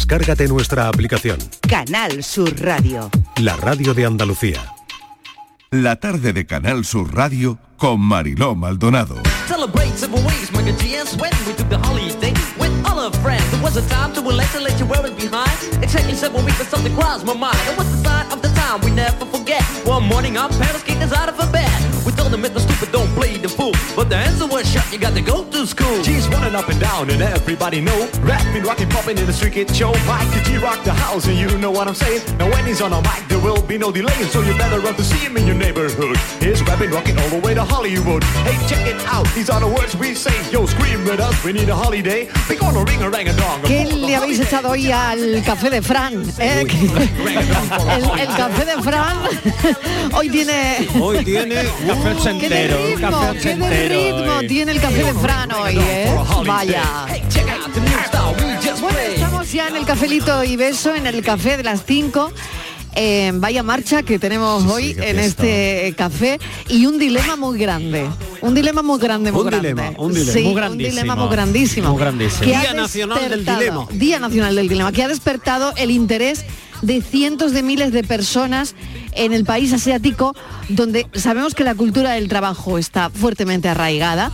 Descárgate nuestra aplicación, Canal Sur Radio. la radio de Andalucía. La tarde de Canal Sur Radio con Mariló Maldonado. Celebrate several ways, my good years when we took the holiday with all our friends. There was a time to relax and let you wear it behind. Exactly seven weeks and something crossed my mind. It was the sign of the time we never forget. One morning our parents kicked us out of a bed. We told them it was stupid, don't play the fool. But the answer was shut, you got to go to school. G's running up and down and everybody know Rapping, rocking, popping in the street kid show Mike the G-Rock the house and you know what I'm saying Now when he's on a mic there will be no delay So you better run to see him in your neighborhood He's rapping, rocking all the way to Hollywood Hey check it out, these are the words we say Yo scream with us, we need a holiday We gonna ring a rang a dong ¿Qué le habéis echado hoy al café de Fran? eh? El, el café de Fran hoy tiene... Hoy tiene café ¿Qué de ochentero, un ritmo, café qué de ochentero ritmo hoy. tiene el café de Fran hoy, eh? Vaya. Bueno, estamos ya en el cafelito y beso, en el café de las 5. Eh, vaya marcha que tenemos hoy en este café y un dilema muy grande. Un dilema muy grande, muy Un grande. dilema, un dilema, Sí, muy un grandísimo. dilema muy grandísimo. Muy grandísimo. Que ha Día Nacional del despertado- Dilema. Día Nacional del Dilema, que ha despertado el interés de cientos de miles de personas en el país asiático, donde sabemos que la cultura del trabajo está fuertemente arraigada.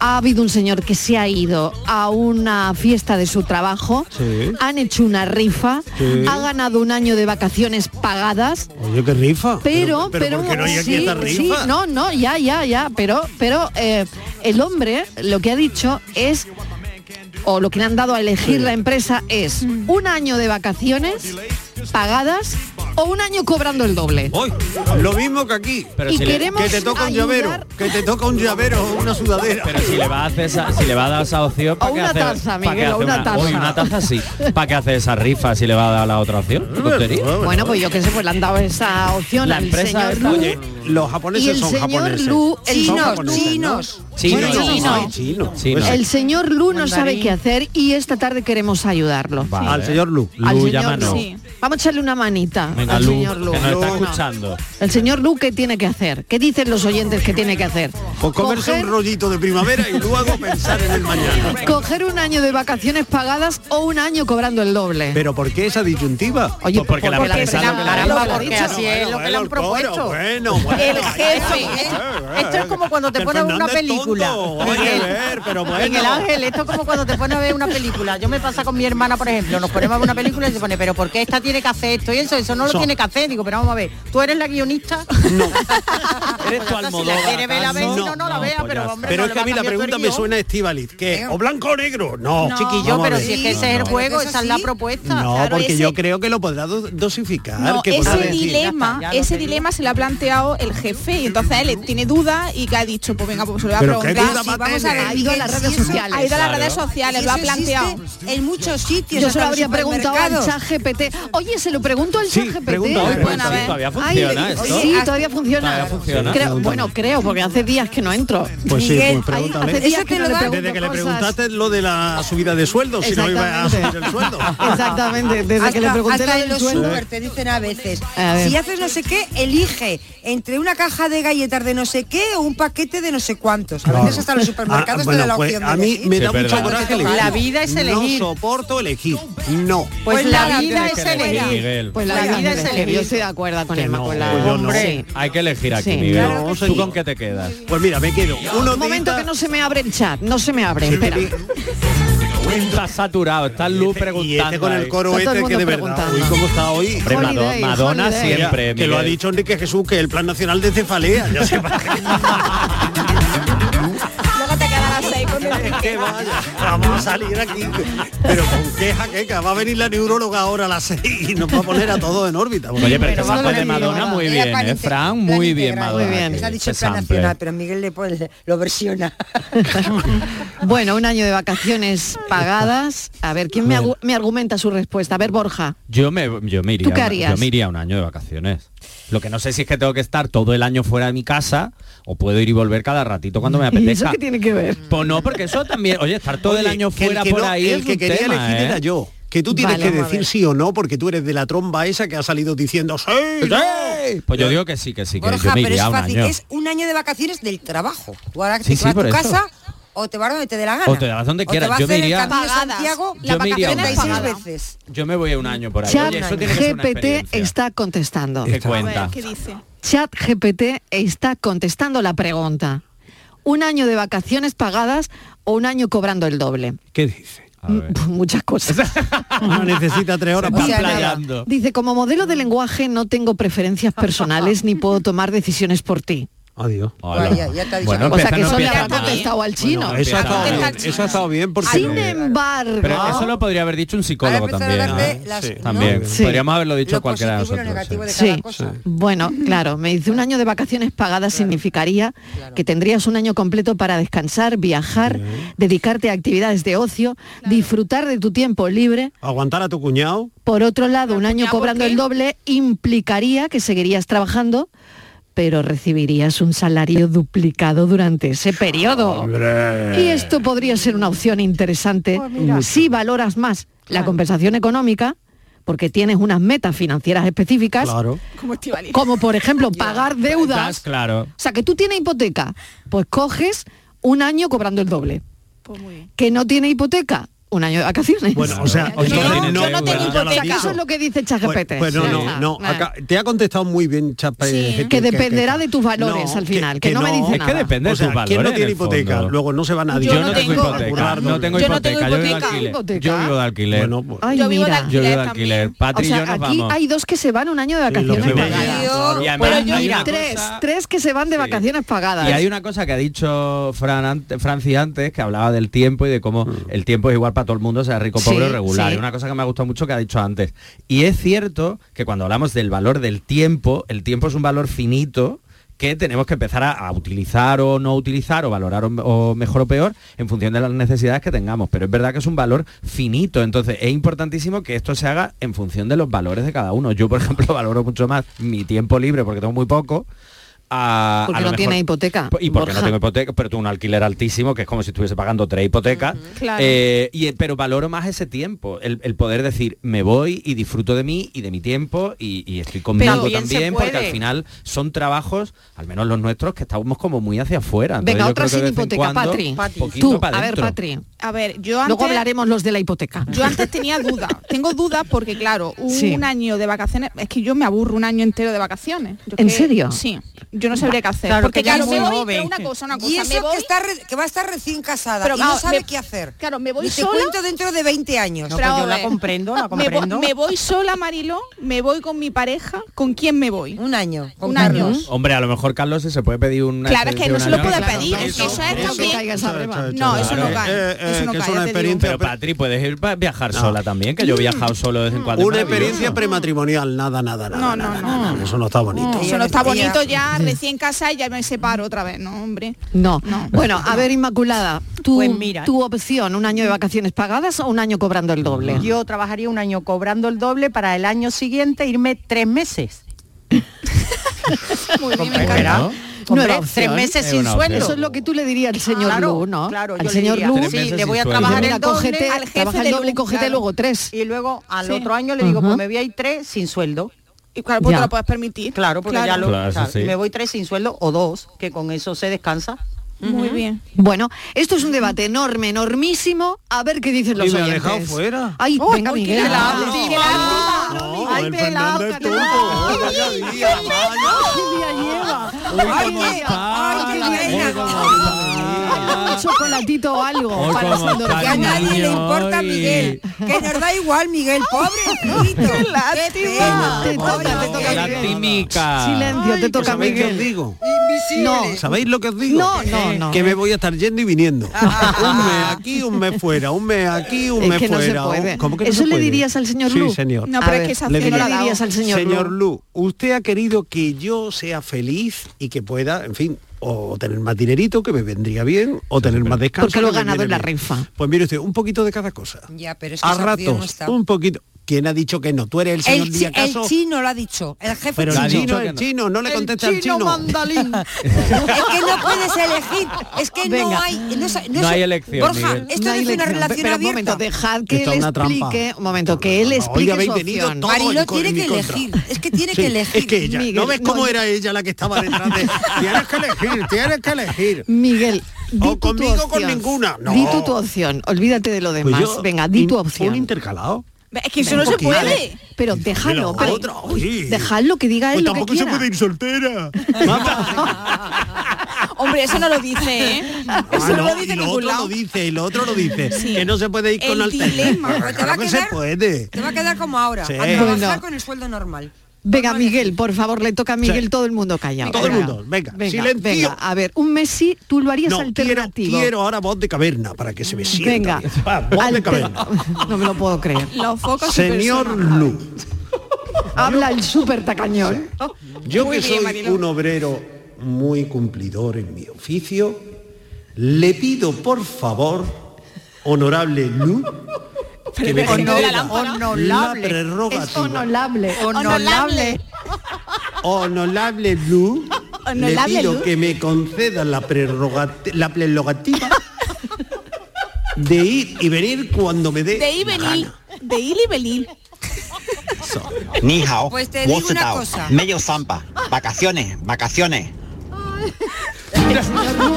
Ha habido un señor que se ha ido a una fiesta de su trabajo, Sí. han hecho una rifa, Sí. ha ganado un año de vacaciones pagadas, Oye, qué rifa. pero, pero, pero, ¿por qué no hay aquí sí, esta sí, rifa? no, no, ya, ya, ya, pero, pero eh, el hombre lo que ha dicho es, o lo que le han dado a elegir la empresa es un año de vacaciones pagadas o un año cobrando el doble. Lo mismo que aquí. Y queremos que te toca un ayudar- llavero, que te toca un llavero o una sudadera. Pero si le va a hacer esa, si le va a dar esa opción, ¿para O qué una hace- taza, para qué Miguel, o hace una taza. Uy, una taza sí. ¿Para qué hace esa rifa si le va a dar la otra opción? ¿Tontería? Ah, Bueno, pues yo qué sé, pues le han dado esa opción la al empresa señor esta- Lu. oye, los y el señor Lu, Son el chinos, japoneses, ¿no? chinos. Chinos, Bueno, yo no chinos. sé. Ay, chinos. Pues Chinos. Pues El señor Lu no sabe Mandarín. qué hacer y esta tarde queremos ayudarlo. Vale. Al señor Lu. Al Lu, señor llámanos. Lu. Vamos a echarle una manita Venga, al Lu, señor Lu. que nos está Lu. escuchando. El señor Lu, ¿qué tiene que hacer? ¿Qué dicen los oyentes que tiene que hacer? Pues comerse Coger- un rollito de primavera y luego pensar en el mañana. Coger un año de vacaciones pagadas o un año cobrando el doble. Pero ¿por qué esa disyuntiva? Oye, Pues porque la porque empresa empresa es lo que la- le ha Porque dicho. así es lo que le han propuesto. Bueno, bueno. Eh, El jefe. Esto es como cuando te El pones a ver una Fernández tonto, película. oye, ver, pero bueno. Miguel Ángel, esto es como cuando te pones a ver una película. Yo me pasa con mi hermana, por ejemplo, nos ponemos a ver una película y se pone, pero ¿por qué esta tiene que hacer esto y eso? Eso no lo Son- tiene que hacer. Digo, pero vamos a ver, ¿tú eres la guionista? Eres tu Si la Almodóvar, quiere ver, la ve, ¿acaso? si no, no la vea, pero hombre, Pero no es le que va a mí la cambiar tu pregunta me guión. suena a Estivaliz, que o blanco o negro, no, No, chiquillo, Vamos a pero ver. si es que ese es el no. juego, eso esa es sí. la propuesta. No, porque yo creo que lo podrá do- dosificar. No, que podrá ese decir- dilema, Ya está, ya lo ese tengo. dilema se lo ha planteado el jefe y entonces él tiene duda y que ha dicho, pues venga, pues se lo voy a Pero qué preguntar. duda Sí, va a vamos a tener. ver, Ha ido a que las si redes eso- sociales. Ha ido a las Claro. redes sociales, Y lo ha eso existe planteado. En muchos sitios. Yo hasta se lo en habría preguntado al supermercados. chat GPT. Oye, se lo pregunto al chat GPT. pregunta, Oye, pues, sí, todavía funciona Ay, esto. Sí, todavía funciona. Todavía funciona. Creo- bueno, creo, porque hace días que no entro. Pues sí, Miguel, pues pregúntale. ay, hace días que no le Desde pregunto que le cosas. preguntaste lo de la subida de sueldo, si no iba a subir el sueldo. Exactamente, desde que le pregunté lo hasta en del los sueldo. súper te dicen a veces, A ver. si haces no sé qué, elige entre una caja de galletas de no sé qué o un paquete de no sé cuántos. A veces hasta los supermercados Ah, te bueno, dan la pues, opción a de mí elegir. me da mucho coraje elegir. La vida es elegir. No soporto elegir. No. Pues la nada, vida tienes es que elegir, elegir. Miguel. Pues la, vida es elegir. Yo estoy de acuerdo con el no, Macola. pues yo no. Hombre. Hay que elegir aquí, Sí. Miguel. Claro que ¿Tú sí. con qué te quedas? Pues mira, me quedo. Unos Un momento días- que no se me abre el chat, no se me abre. Espera. Está saturado, está Luz Y preguntando. este con el ahí. coro Está todo este el que de mundo verdad. preguntando. Uy, ¿cómo está hoy? Hombre, Mado- Holiday, Madonna holiday. siempre, que lo ha Miguel. dicho Enrique Jesús que el plan nacional de cefalea ya se va. Luego te quedarás ahí con el- que vaya vamos a salir aquí pero con qué jaqueca va a venir la neuróloga ahora a las 6 y nos va a poner a todos en órbita Oye, pero este no lo sample de he leído, Madonna muy Era bien, plan ¿eh? inte- Fran, plan muy bien, integral. Madonna. Muy bien. Se ha dicho el Este plan sample. nacional, pero Miguel le Pues, pone- lo versiona. Bueno, un año de vacaciones pagadas. A ver, ¿quién me, agu- me argumenta su respuesta? A ver, Borja. Yo me, yo me iría. ¿Tú qué a- harías? Yo me iría un año de vacaciones. Lo que no sé si es que tengo que estar todo el año fuera de mi casa o puedo ir y volver cada ratito cuando me ¿Y eso apetezca. qué tiene que ver? Pues no, porque eso también, oye, estar todo el Oye, año que el fuera que por no- ahí. el es que un quería tema, elegir ¿eh? era yo que tú tienes Vale, que vamos a decir ver. sí o no porque tú eres de la tromba esa que ha salido diciendo sí, no". Pues yo digo que sí, que sí, que Borja, yo me pero es iría un fácil, año. es un año de vacaciones del trabajo. Tú ahora Sí, te sí, vas a por tu eso. casa o te vas donde te dé la gana. O te vas donde O quieras. te vas Yo a me hacer el iría- Camino de Pagadas. Santiago Yo me iría a una 36 pagada. veces. Yo me voy a un año por ahí. Chat Oye, eso tiene que ser una GPT experiencia. está contestando. ¿Qué cuenta? ¿Qué dice? Chat GPT está contestando la pregunta. ¿Un año de vacaciones pagadas o un año cobrando el doble? ¿Qué dice? Pf, Muchas cosas. No necesita tres horas Se para está playando. Dice, como modelo de lenguaje no tengo preferencias personales ni puedo tomar decisiones por ti. Adiós. Hola. Vaya, ya te ha dicho. Bueno, O empieza, sea que no eso le empieza ha mal. contestado al chino. Bueno, eso, ha empieza estado mal. bien, eso ha estado bien porque Sin embargo, Pero eso lo podría haber dicho un psicólogo Ahora también. empezar a darte ¿no? las- Sí. ¿no? También. Sí. Podríamos haberlo dicho lo cualquiera de positivo y lo nosotros. negativo de sí. cada Sí. cosa. bueno, claro, me dice un año de vacaciones pagadas significaría que tendrías un año completo para descansar, viajar, dedicarte a actividades de ocio, disfrutar de tu tiempo libre. aguantar a tu cuñado. Por otro lado, un año cuñado, cobrando ¿qué? el doble implicaría que seguirías trabajando, pero recibirías un salario duplicado durante ese periodo. Y esto podría ser una opción interesante Pues si valoras más la compensación económica, porque tienes unas metas financieras específicas, Claro. Como Estivali. como por ejemplo pagar Estás deudas. claro. O sea, que tú tienes hipoteca, pues coges un año cobrando el doble. Pues muy bien. Que no tiene hipoteca, un año de vacaciones. Bueno, o sea, Yo entonces no- yo no tengo ya lo has hipoteca. dicho. Eso es lo que dice Pues, ChatGPT. pues no, Ya no, está. no. Nada. acá- te ha contestado muy bien, Chapa. Sí. eh, Que dependerá de tus valores No, al final, que no me dice Es que nada. depende O sea, de tus valores. ¿quién no en tiene el hipoteca? fondo. Luego no se va nadie. Yo, Yo no no tengo tengo- hipoteca. No tengo Yo no tengo hipoteca. Yo vivo de hipoteca. alquiler. ¿Hipoteca? Yo vivo de alquiler. Bueno, pues, Ay, Yo vivo de mira. alquiler. Yo vivo de también. alquiler. O Patri y sea, yo nos aquí vamos. hay dos que se van un año de sí, lo vacaciones que me pagadas. diga, claro. Y además Pero yo hay mira. una Tres, cosa- tres que se van de Sí. vacaciones pagadas. Y hay una cosa que ha dicho Fran ante- Franci antes, que hablaba del tiempo y de cómo el tiempo es igual para todo el mundo, sea rico, Sí, pobre o regular. sí. Y una cosa que me ha gustado mucho que ha dicho antes. Y es cierto que cuando hablamos del valor del tiempo, el tiempo es un valor finito que tenemos que empezar a, a utilizar o no utilizar o valorar o, o mejor o peor en función de las necesidades que tengamos. Pero es verdad que es un valor finito, entonces es importantísimo que esto se haga en función de los valores de cada uno. Yo, por ejemplo, valoro mucho más mi tiempo libre porque tengo muy poco. A, Porque a lo no tiene mejor- hipoteca, Y porque no Borja. tengo hipoteca, pero tengo un alquiler altísimo, que es como si estuviese pagando tres hipotecas. claro. Eh, y, pero valoro más ese tiempo, el, el poder decir, me voy y disfruto de mí y de mi tiempo y, y estoy conmigo bien se también, porque al puede. final son trabajos, al menos los nuestros, que estamos como muy hacia afuera. Entonces, Venga, yo creo otra que sin de vez en hipoteca, cuando, Patri. poquito Tú, pa' a ver, dentro. Patri. A ver, yo antes... Luego hablaremos los de la hipoteca. Yo antes tenía dudas, tengo dudas porque claro, un Sí. año de vacaciones, es que yo me aburro un año entero de vacaciones. Yo ¿En que- serio? Sí, yo no sabría qué hacer. Claro, porque que ya claro, es me muy voy, joven. pero una cosa, una cosa, Y me eso voy, que, está re- que va a estar recién casada Pero, y claro, no sabe me- qué hacer. claro, me voy y te sola. cuento dentro de 20 años. No, pero pues yo a la ver. comprendo, la Me vo- comprendo. Me, voy sola, Mariló, me voy con mi pareja, ¿con quién me voy? Un año. Con Un año. Carlos. Hombre, a lo mejor Carlos si se puede pedir una Claro, es que extensión no se lo puede anual. Claro, pedir, no, es que eso es no también- se caiga esa breva. No, eso no va vale, eso no Eh, que vale, es una ya te digo. experiencia. Mm. Pero Patri, puedes ir pa- viajar sola también, que yo he viajado solo de vez en cuando. es Una maravilloso. experiencia prematrimonial, nada, nada, nada. No, no, nada, no, nada. Eso no está bonito. Eso no está Ya. bonito ya, recién casa y ya me separo otra vez, no, hombre. No. No. Bueno, a ver, Inmaculada, tú, Pues mira. tu opción, un año de vacaciones pagadas o un año cobrando el doble. Yo trabajaría un año cobrando el doble para el año siguiente irme tres meses. Muy bien, me Comprendo. encanta. Verá. Nueva Hombre, opción. tres meses Es sin una opción. sueldo. Eso es lo que tú le dirías al señor claro, Lu, ¿no? Claro, al yo señor le diría, Lu. Tres sí, meses le voy a sin trabajar sueldo. el Mira, doble cógete, al jefe trabaja el de doble, Lu, cógete claro. luego tres. Y luego al Sí. otro año le digo, Ajá. pues me voy a ir tres sin sueldo. Y claro, pues Ya. te lo puedes permitir. Claro, porque ya lo Claro, eso ¿sabes? sí. me voy tres sin sueldo o dos, que con eso se descansa. Muy bien. Bueno, esto es un debate enorme, enormísimo. A ver qué dicen los Y me ha oyentes. dejado fuera. Ay, Uy, venga, uy, qué Miguel. lástima, Ah, qué lástima. No, Ay, el pelao, Fernández Catalán. Turco. Vaya día, vaya. qué día lleva. Uy, Ay, cómo qué- está, ay, qué la- bien. uy, cómo está. Un chocolatito o algo Hoy para como los está Que a Ay, nadie le niño, importa, ay. Miguel. Que nos da igual, Miguel. Pobre. ¡Qué pena. Te toca, Ay, te no, toca, no, La Miguel. tímica. Silencio, te toca pues, ¿Sabéis qué os Miguel. digo? No, ¿Sabéis lo que os digo? No, no, no. Ah. Que me voy a estar yendo y viniendo. un mes aquí, un mes fuera, un mes aquí, un Es mes que no se fuera. puede. un- ¿Cómo que no ¿Eso se le puede? dirías al señor Lu? Sí, señor. No, A pero es ver, que esa le opción no la ¿qué ha le dado. dirías al señor, Lu? Lu, usted ha querido que yo sea feliz y que pueda, en fin, o tener más dinerito, que me vendría bien, o tener más descanso. Porque lo he que me ganado viene en la bien. rifa. Pues mire usted, un poquito de cada cosa. Ya, pero es que A esa opción no ratos, está. un poquito. ¿Quién ha dicho que no? Tú eres el señor El, chi- Díaz el Caso. chino lo ha dicho. El jefe Pero el chino. chino, el chino, no le contesta al chino. mandalín. es que no puedes elegir. Es que no Venga. hay. No, sa- No sé- hay elección, Borja, Miguel. esto No no hay es una elección. relación Pero un abierta. momento, dejad que Esto él es una trampa. explique. Un momento, que él explique Oiga, habéis su venido opción. todos en co- en mi contra. Es que tiene Sí, Es que ella, ¿no ves cómo era ella la que estaba detrás de Tienes que elegir, tienes que elegir. Miguel, di O tú tu conmigo o con opción. ninguna. No. Di tú tu opción, olvídate de lo Pues demás. yo, Venga, di tu un- opción. Un intercalado. Es que eso no se puede. Pero déjalo, pero dejadlo que diga él Pues lo que tampoco se quiera. puede ir soltera. Hombre, eso no lo dice, ¿eh? Eso Ah, no, no, lo dice y en lo ningún otro lado. lo dice, y lo otro lo dice. Que no se puede ir El con dilema. alternativa. Pues te va a Claro que se quedar- puede. Te va a quedar como ahora. Sí. A trabajar Bueno. con el sueldo normal. Venga, Miguel, por favor, le toca a Miguel Sí. todo el mundo callado. Todo el Venga. mundo, venga, silencio. venga, a ver, un Messi, tú lo harías No, quiero, alternativo. quiero ahora voz de caverna para que se me sienta. Venga. bien. Va, voz de Alter- caverna. No me lo puedo creer. Los focos Señor Lu, Habla el súper tacañón. yo Muy que bien, soy Mariló. un obrero muy cumplidor en mi oficio, le pido por favor, honorable Lu, que me Pero de la conceda lámpara. la Honorable. Es prerrogativa. honorable. Honorable. Honorable Blue, le Honorable pido Blue. que me conceda la, prerrogati- la prerrogativa de ir y venir cuando me dé De ir la venir, gana. de ir y venir. Ni hao, Pues te digo What's una it out? cosa. medio zampa, vacaciones, vacaciones. El señor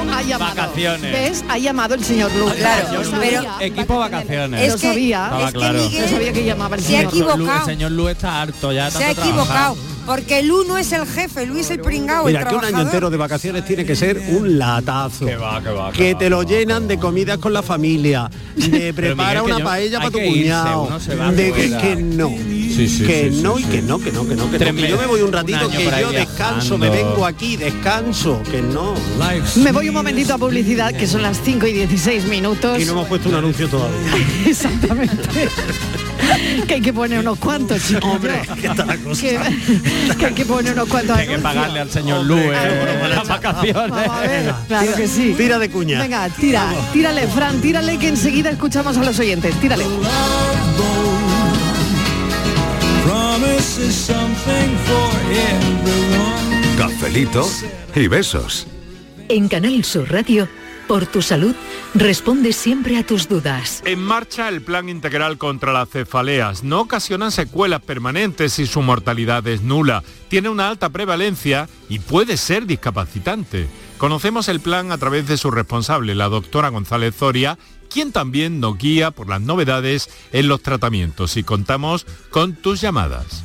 Lu ha llamado. Vacaciones. ¿Ves? Ha llamado el señor Lu. Claro, Lo sabía. pero- Equipo vacaciones. Es Lo que- sabía. Estaba es que claro. Miguel No sabía que llamaba el se ha señor. Lu- equivocado. el señor Lu está harto ya. de Se ha tanto trabajar. equivocado. Porque Lu no es el jefe, Lu es el pringao, el Mira, que un año trabajador. entero de vacaciones tiene que ser un latazo. Que va, que va, que Que va, te lo llenan de comidas con la familia, de prepara Miguel, que una yo- paella hay para tu que irse, cuñado, uno se va de que, fuera. que no, sí, que sí, no sí, y que no, que no, que no, que no, Tres que yo meses, me voy un un ratito, año que por ahí yo descanso, me viajando. vengo aquí, descanso, que no. Me voy un momentito a publicidad, que son las 5 y 16 minutos. Y no hemos puesto un anuncio todavía. Exactamente. que hay que poner unos cuantos, chicos. Hombre, yo. ¿qué tal la cosa? que, que hay que poner unos cuantos Hay que anuncios. pagarle al señor Lu Hombre, eh, claro, pero las vacaciones. Vamos a ver, claro que sí. Tira de cuña. Venga, tira, tírale, Fran, tírale que enseguida escuchamos a los oyentes. Tírale. Cafelito y besos. En Canal Sur Radio, por tu salud, responde siempre a tus dudas. En marcha el plan integral contra las cefaleas. No ocasionan secuelas permanentes y su mortalidad es nula. Tiene una alta prevalencia y puede ser discapacitante. Conocemos el plan a través de su responsable, la doctora González Zoria, quien también nos guía por las novedades en los tratamientos y contamos con tus llamadas.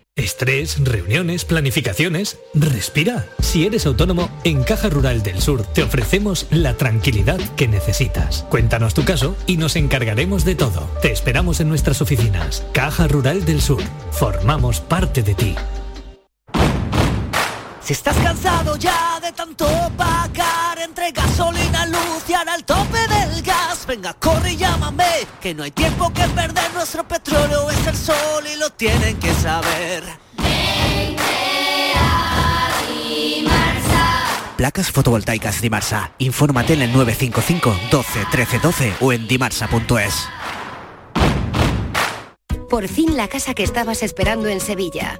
Estrés, reuniones, planificaciones. Respira. Si eres autónomo, en Caja Rural del Sur te ofrecemos la tranquilidad que necesitas. Cuéntanos tu caso y nos encargaremos de todo. Te esperamos en nuestras oficinas. Caja Rural del Sur. Formamos parte de ti. Si estás cansado ya de tanto pagar entre gasolina, luz y ahora el tope del gas, venga, corre y llámame, que no hay tiempo que perder, nuestro petróleo es el sol y lo tienen que saber. Placas fotovoltaicas Dimarsa. Infórmate en el 955 12 13 12 o en dimarsa.es. Por fin la casa que estabas esperando en Sevilla.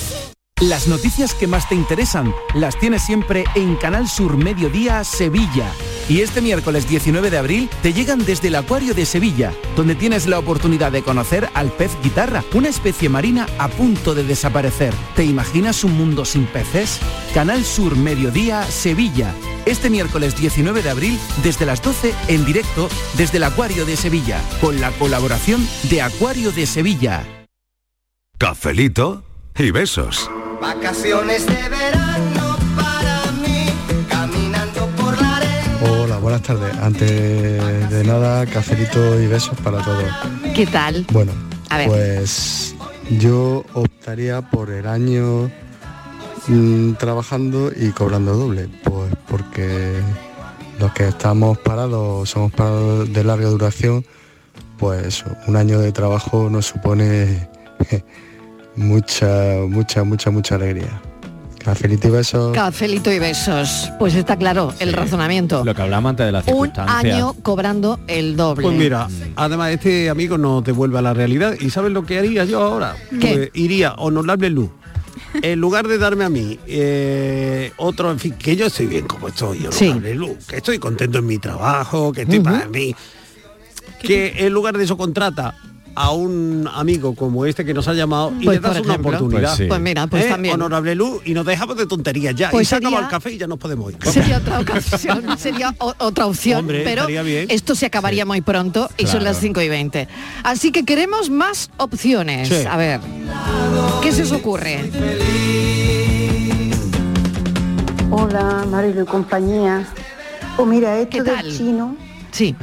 Las noticias que más te interesan las tienes siempre en Canal Sur Mediodía Sevilla. Y este miércoles 19 de abril te llegan desde el Acuario de Sevilla, donde tienes la oportunidad de conocer al pez guitarra, una especie marina a punto de desaparecer. ¿Te imaginas un mundo sin peces? Canal Sur Mediodía, Sevilla. Este miércoles 19 de abril, desde las 12, en directo, desde el Acuario de Sevilla, con la colaboración de Acuario de Sevilla. Cafelito y besos. Vacaciones de verano para mí, caminando por la arena. Hola, buenas tardes. Antes de nada, cafelito y besos para todos. ¿Qué tal? Bueno, A ver. pues yo optaría por el año mm, trabajando y cobrando doble, pues porque los que estamos parados, somos parados de larga duración, pues un año de trabajo nos supone mucha, mucha, mucha, mucha alegría. Cafelito y besos. Cafelito y besos. Pues está claro el razonamiento. Lo que hablamos antes de la Un circunstancia. año cobrando el doble. Pues mira, además este amigo no te vuelve a la realidad. ¿Y sabes lo que haría yo ahora? ¿Qué? Pues iría, honorable luz. En lugar de darme a mí eh, otro, en fin, que yo estoy bien como estoy, honorable luz, que estoy contento en mi trabajo, que estoy para mí. Que en lugar de eso contrata a un amigo como este que nos ha llamado y le Pues, das por una ejemplo. oportunidad. Pues sí. Pues mira, pues Eh, también. Honorable luz y nos dejamos de tonterías ya. Pues y se acabó sería- el café y ya nos podemos ir. Sería otra ocasión, sería o- otra opción, Hombre, pero estaría bien. esto se acabaría muy pronto y son Claro. las 5 y 20. Así que queremos más opciones. Sí. A ver, ¿qué se os ocurre? Hola, Mario y compañía. Pues mira, esto del chino. Mm, Sí.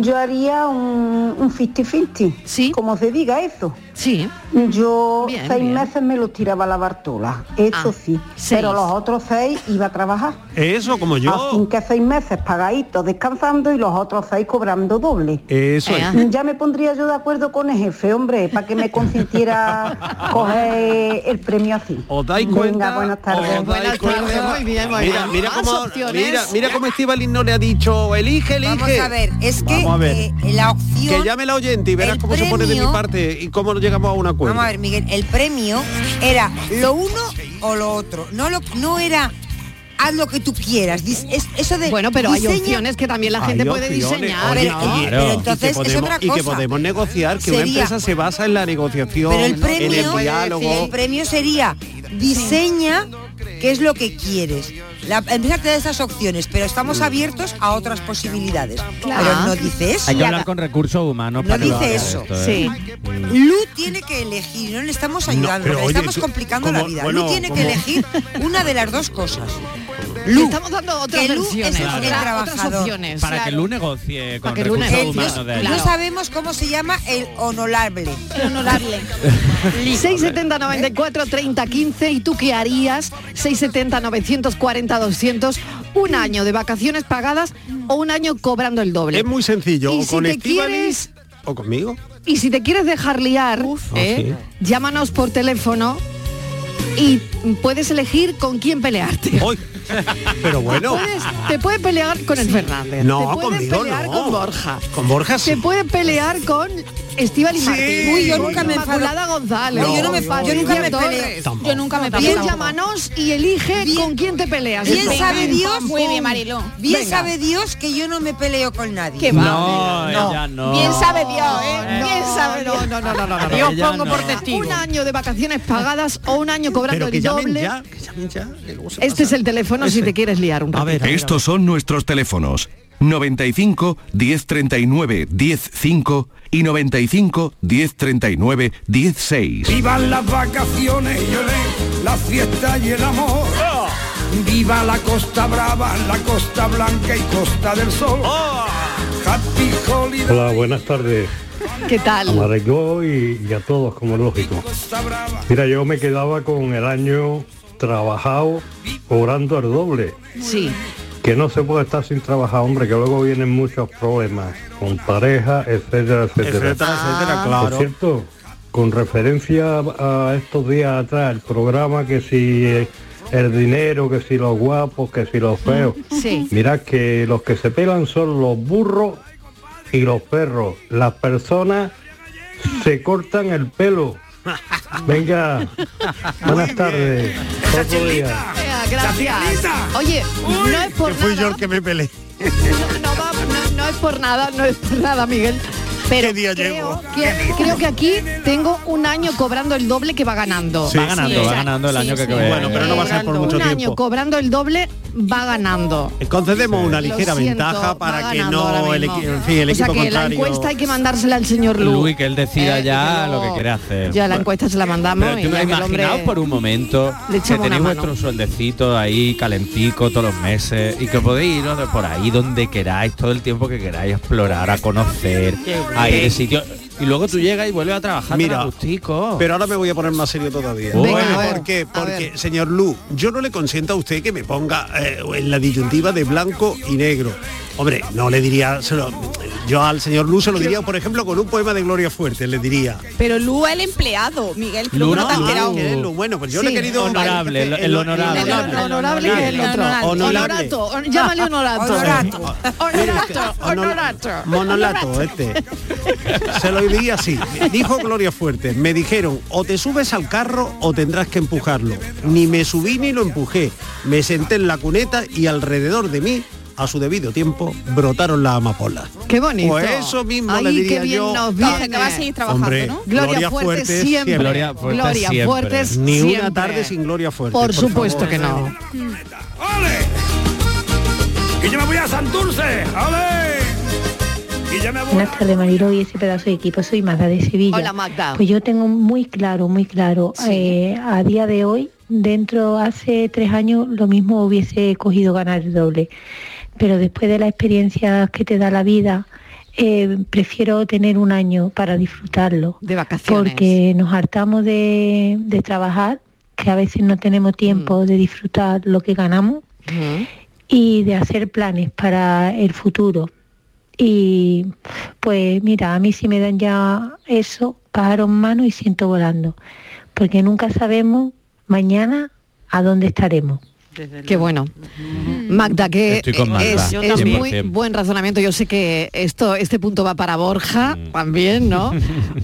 yo haría un, un 50-50. Sí. Como se diga eso. Sí. Yo Bien, seis bien. meses me los tiraba a la Bartola. Eso Ah, sí. seis. Pero los otros seis iba a trabajar. ¿Eh? Eso como yo. Ah. Así que seis meses pagaditos descansando y los otros seis cobrando doble. Eso es. Ya me pondría yo de acuerdo con el jefe, hombre, para que me consintiera coger el premio así. ¿Os dais Venga, cuenta? buenas tardes. ¿Os dais cuenta? muy bien, muy mira, bien. Mira Más cómo, opciones. mira, mira cómo Estíbaliz no le ha dicho, elige, elige. Vamos a ver, es que Vamos a ver. eh, la opción... que llame la oyente y verás el cómo se pone de mi premio- parte y cómo llegamos a un acuerdo. Vamos a ver, Miguel, el premio era lo uno o lo otro. No, lo, no era haz lo que tú quieras. Dis- es- eso de Bueno, pero hay diseña- opciones que también la Hay gente puede opciones, diseñar. oye, ¿no? oye, claro. pero entonces y que es podemos, otra Y que cosa. podemos negociar, que una Sería- empresa se basa en la negociación, Pero el premio, en el diálogo. el premio sería diseña qué es lo que quieres. La empresa te da esas opciones, pero estamos abiertos a otras posibilidades. Pero no dice eso. Hay que hablar con recursos humanos No para que dice lo haga eso. esto, Sí. ¿eh? Lu tiene que elegir, no le estamos ayudando, pero le oye, estamos tú- complicando como- la vida. bueno, Lu tiene como- que elegir una de las dos cosas. Lu, estamos dando otras que Lu versiones, es el otra- otras trabajador. opciones. Para que Claro. Lu negocie con que Lu recursos negocie. humanos de allí. No sabemos cómo se llama el honorable. El honorable. 670 94 30 15 y tú qué harías 670 940 200 un año de vacaciones pagadas o un año cobrando el doble Es muy sencillo, Y o si con te Estíbaliz o conmigo. y si te quieres dejar liar Ah, ¿eh? llámanos por teléfono y puedes elegir con quién pelearte Pero bueno. Puedes- te puedes pelear con el Fernández No, te puedes conmigo pelear no. con Borja Con Borja se puede pelear con Estíbaliz Sí. Martín. Uy, yo con nunca me enfado. Inmaculada González. No, yo no me- con yo nunca me Patricia Torres. peleo. Tampoco. Yo nunca me peleo. Bien, Tampoco. llámanos y elige con quién te peleas. Bien Venga. sabe Dios, Muy bien, Mariló. bien Venga. sabe Dios que yo no me peleo con nadie. Qué va, No, venga. ella no. Bien sabe Dios, ¿eh? No, Bien sabe no, Dios. no, no, no, no, no. Yo os pongo por testigo. Un año de vacaciones pagadas o un año cobrando Pero que el llamen doble. ya, que llamen ya. que luego se Este es el teléfono si Ese. te quieres liar un ratito. Estos son nuestros teléfonos 95 1039 105 y 95 1039 16. Vivan las vacaciones, y olé, la fiesta y el amor. Viva la Costa Brava, la Costa Blanca y Costa del Sol. Happy Holiday. Hola, buenas tardes. ¿Qué tal? A Mariló y, y a todos, como es lógico. Mira, yo me quedaba con el año trabajado, cobrando el doble. Sí. Que no se puede estar sin trabajar, hombre, que luego vienen muchos problemas con pareja, etcétera, etcétera. Etcétera, etcétera, Ah. claro. Por cierto, con referencia a a estos días atrás, el programa que si eh, el dinero, que si los guapos, que si los feos. Sí. Mirad que los que se pelan son los burros y los perros. Las personas se cortan el pelo. Venga, buenas tardes. Otro día. Gracias. Oye, no es por Fui yo nada, el que me peleé. No, va- no- no es por nada, no es por nada, Miguel. Pero creo, que, creo que aquí tengo un año cobrando el doble que va ganando. va ganando, va ganando el año que que Bueno, pero no va a ser por mucho un año tiempo. Eh, cobrando el doble va ganando. Concedemos una Lo ligera siento, ventaja va para que ganando no ahora el, mismo. equi- en fin, el o sea equipo que la contrario. encuesta hay que mandársela al señor Lu. Eh, Luis, que él decida ya lo que quiere hacer. Ya la encuesta se la mandamos. Pero tú y no ya que el imaginaos hombre- por un momento que le echamos una tenéis mano. vuestro sueldecito ahí calentico todos los meses y que podéis iros de por ahí donde queráis, todo el tiempo que queráis, a explorar, a conocer, Qué bueno. a ir de sitio. Y luego tú llegas y vuelves a trabajar. Mira, tan a gustico. Pero ahora me voy a poner más serio todavía. Venga, Bueno. a ver, ¿Por qué? Porque, señor Lu, yo no le consiento a usted que me ponga eh, en la disyuntiva de blanco y negro. Hombre, no le diría, se lo- yo al señor Lu se lo diría, por ejemplo, con un poema de Gloria Fuerte, le diría. Pero Lu el empleado, Miguel, creo que no te has enterado. ah, que es Lu. bueno, pues yo Sí. le he querido... Honorable, el- el honorable. El El honorable que es el otro. Honorato. hon- Llámale Ah, honorato. Honorato. Honorato. Honorato. Monolato este. Se lo diría así. Dijo Gloria Fuerte, me dijeron, o te subes al carro o tendrás que empujarlo. Ni me subí ni lo empujé. Me senté en la cuneta y alrededor de mí, a su debido tiempo, brotaron las amapolas. Qué bonito. Pues eso mismo Ay, le qué diría bien yo. nos Ah, viene. que va a seguir trabajando, Hombre, ¿no? Gloria, Gloria Fuerte Fuertes siempre. siempre. Gloria Fuertes Gloria siempre. Fuertes Ni una siempre. tarde sin Gloria Fuerte, Por, por supuesto favor. que no. Y yo me voy a Santurce, ¡ale! Y ya me voy Buenas tardes, Marilo y ese pedazo de equipo. Soy Magda de Sevilla. Hola, Magda. Pues yo tengo muy claro, muy claro, eh, a día de hoy, dentro hace tres años, lo mismo hubiese cogido ganar el doble. Pero después de la experiencia que te da la vida, eh, prefiero tener un año para disfrutarlo. De vacaciones. Porque nos hartamos de, de trabajar, que a veces no tenemos tiempo Mm. de disfrutar lo que ganamos y de hacer planes para el futuro. Y pues mira, a mí si me dan ya eso, pájaro en mano y siento volando, porque nunca sabemos mañana a dónde estaremos. Qué bueno. Magda, que Estoy con Magda, es, Yo es también. muy 100%. buen razonamiento. Yo sé que esto, este punto va para Borja también, ¿no?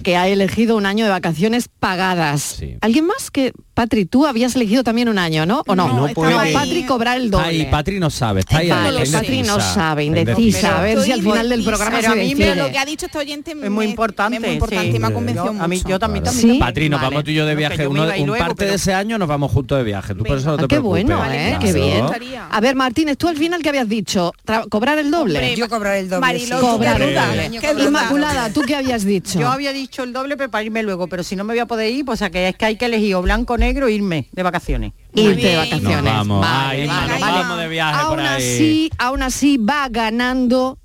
que ha elegido un año de vacaciones pagadas. ¿Alguien más? Que Patri, tú habías elegido también un año, ¿no? ¿O no? No Estaba puede. Patri cobrar el doble. Ay, Patri no sabe, está ahí. Patri ahí, no está sabe, indecisa, no sabe, está indecisa. A ver Estoy si al final del programa indecisa, pero se a mí me- decide. lo que ha dicho este oyente Es muy importante. es muy importante sí. y me ha convencido Yo- A mí, yo también, también. Patrino, también. vamos tú y yo de No, que viaje. yo me Uno- iba y un luego, parte pero- de ese año nos vamos juntos de viaje. Tú por eso no te Ah, qué preocupes. bueno, ¿eh? Qué bien. Claro. A ver, Martín, ¿tú al final qué habías dicho? Tra- ¿Cobrar el doble? Hombre, Yo cobrar el doble, Mariló, sí. tú qué Cobrar el bruta, doble. qué bruta. Inmaculada, ¿tú qué habías dicho? Yo había dicho el doble pero para irme luego, pero si no me voy a poder ir, pues o sea que es que hay que elegir o blanco o negro e irme de vacaciones. Irte de vacaciones. Nos vamos, Vale, ay, vale, nos vale. vamos de viaje aún por ahí. así, aún así va ganando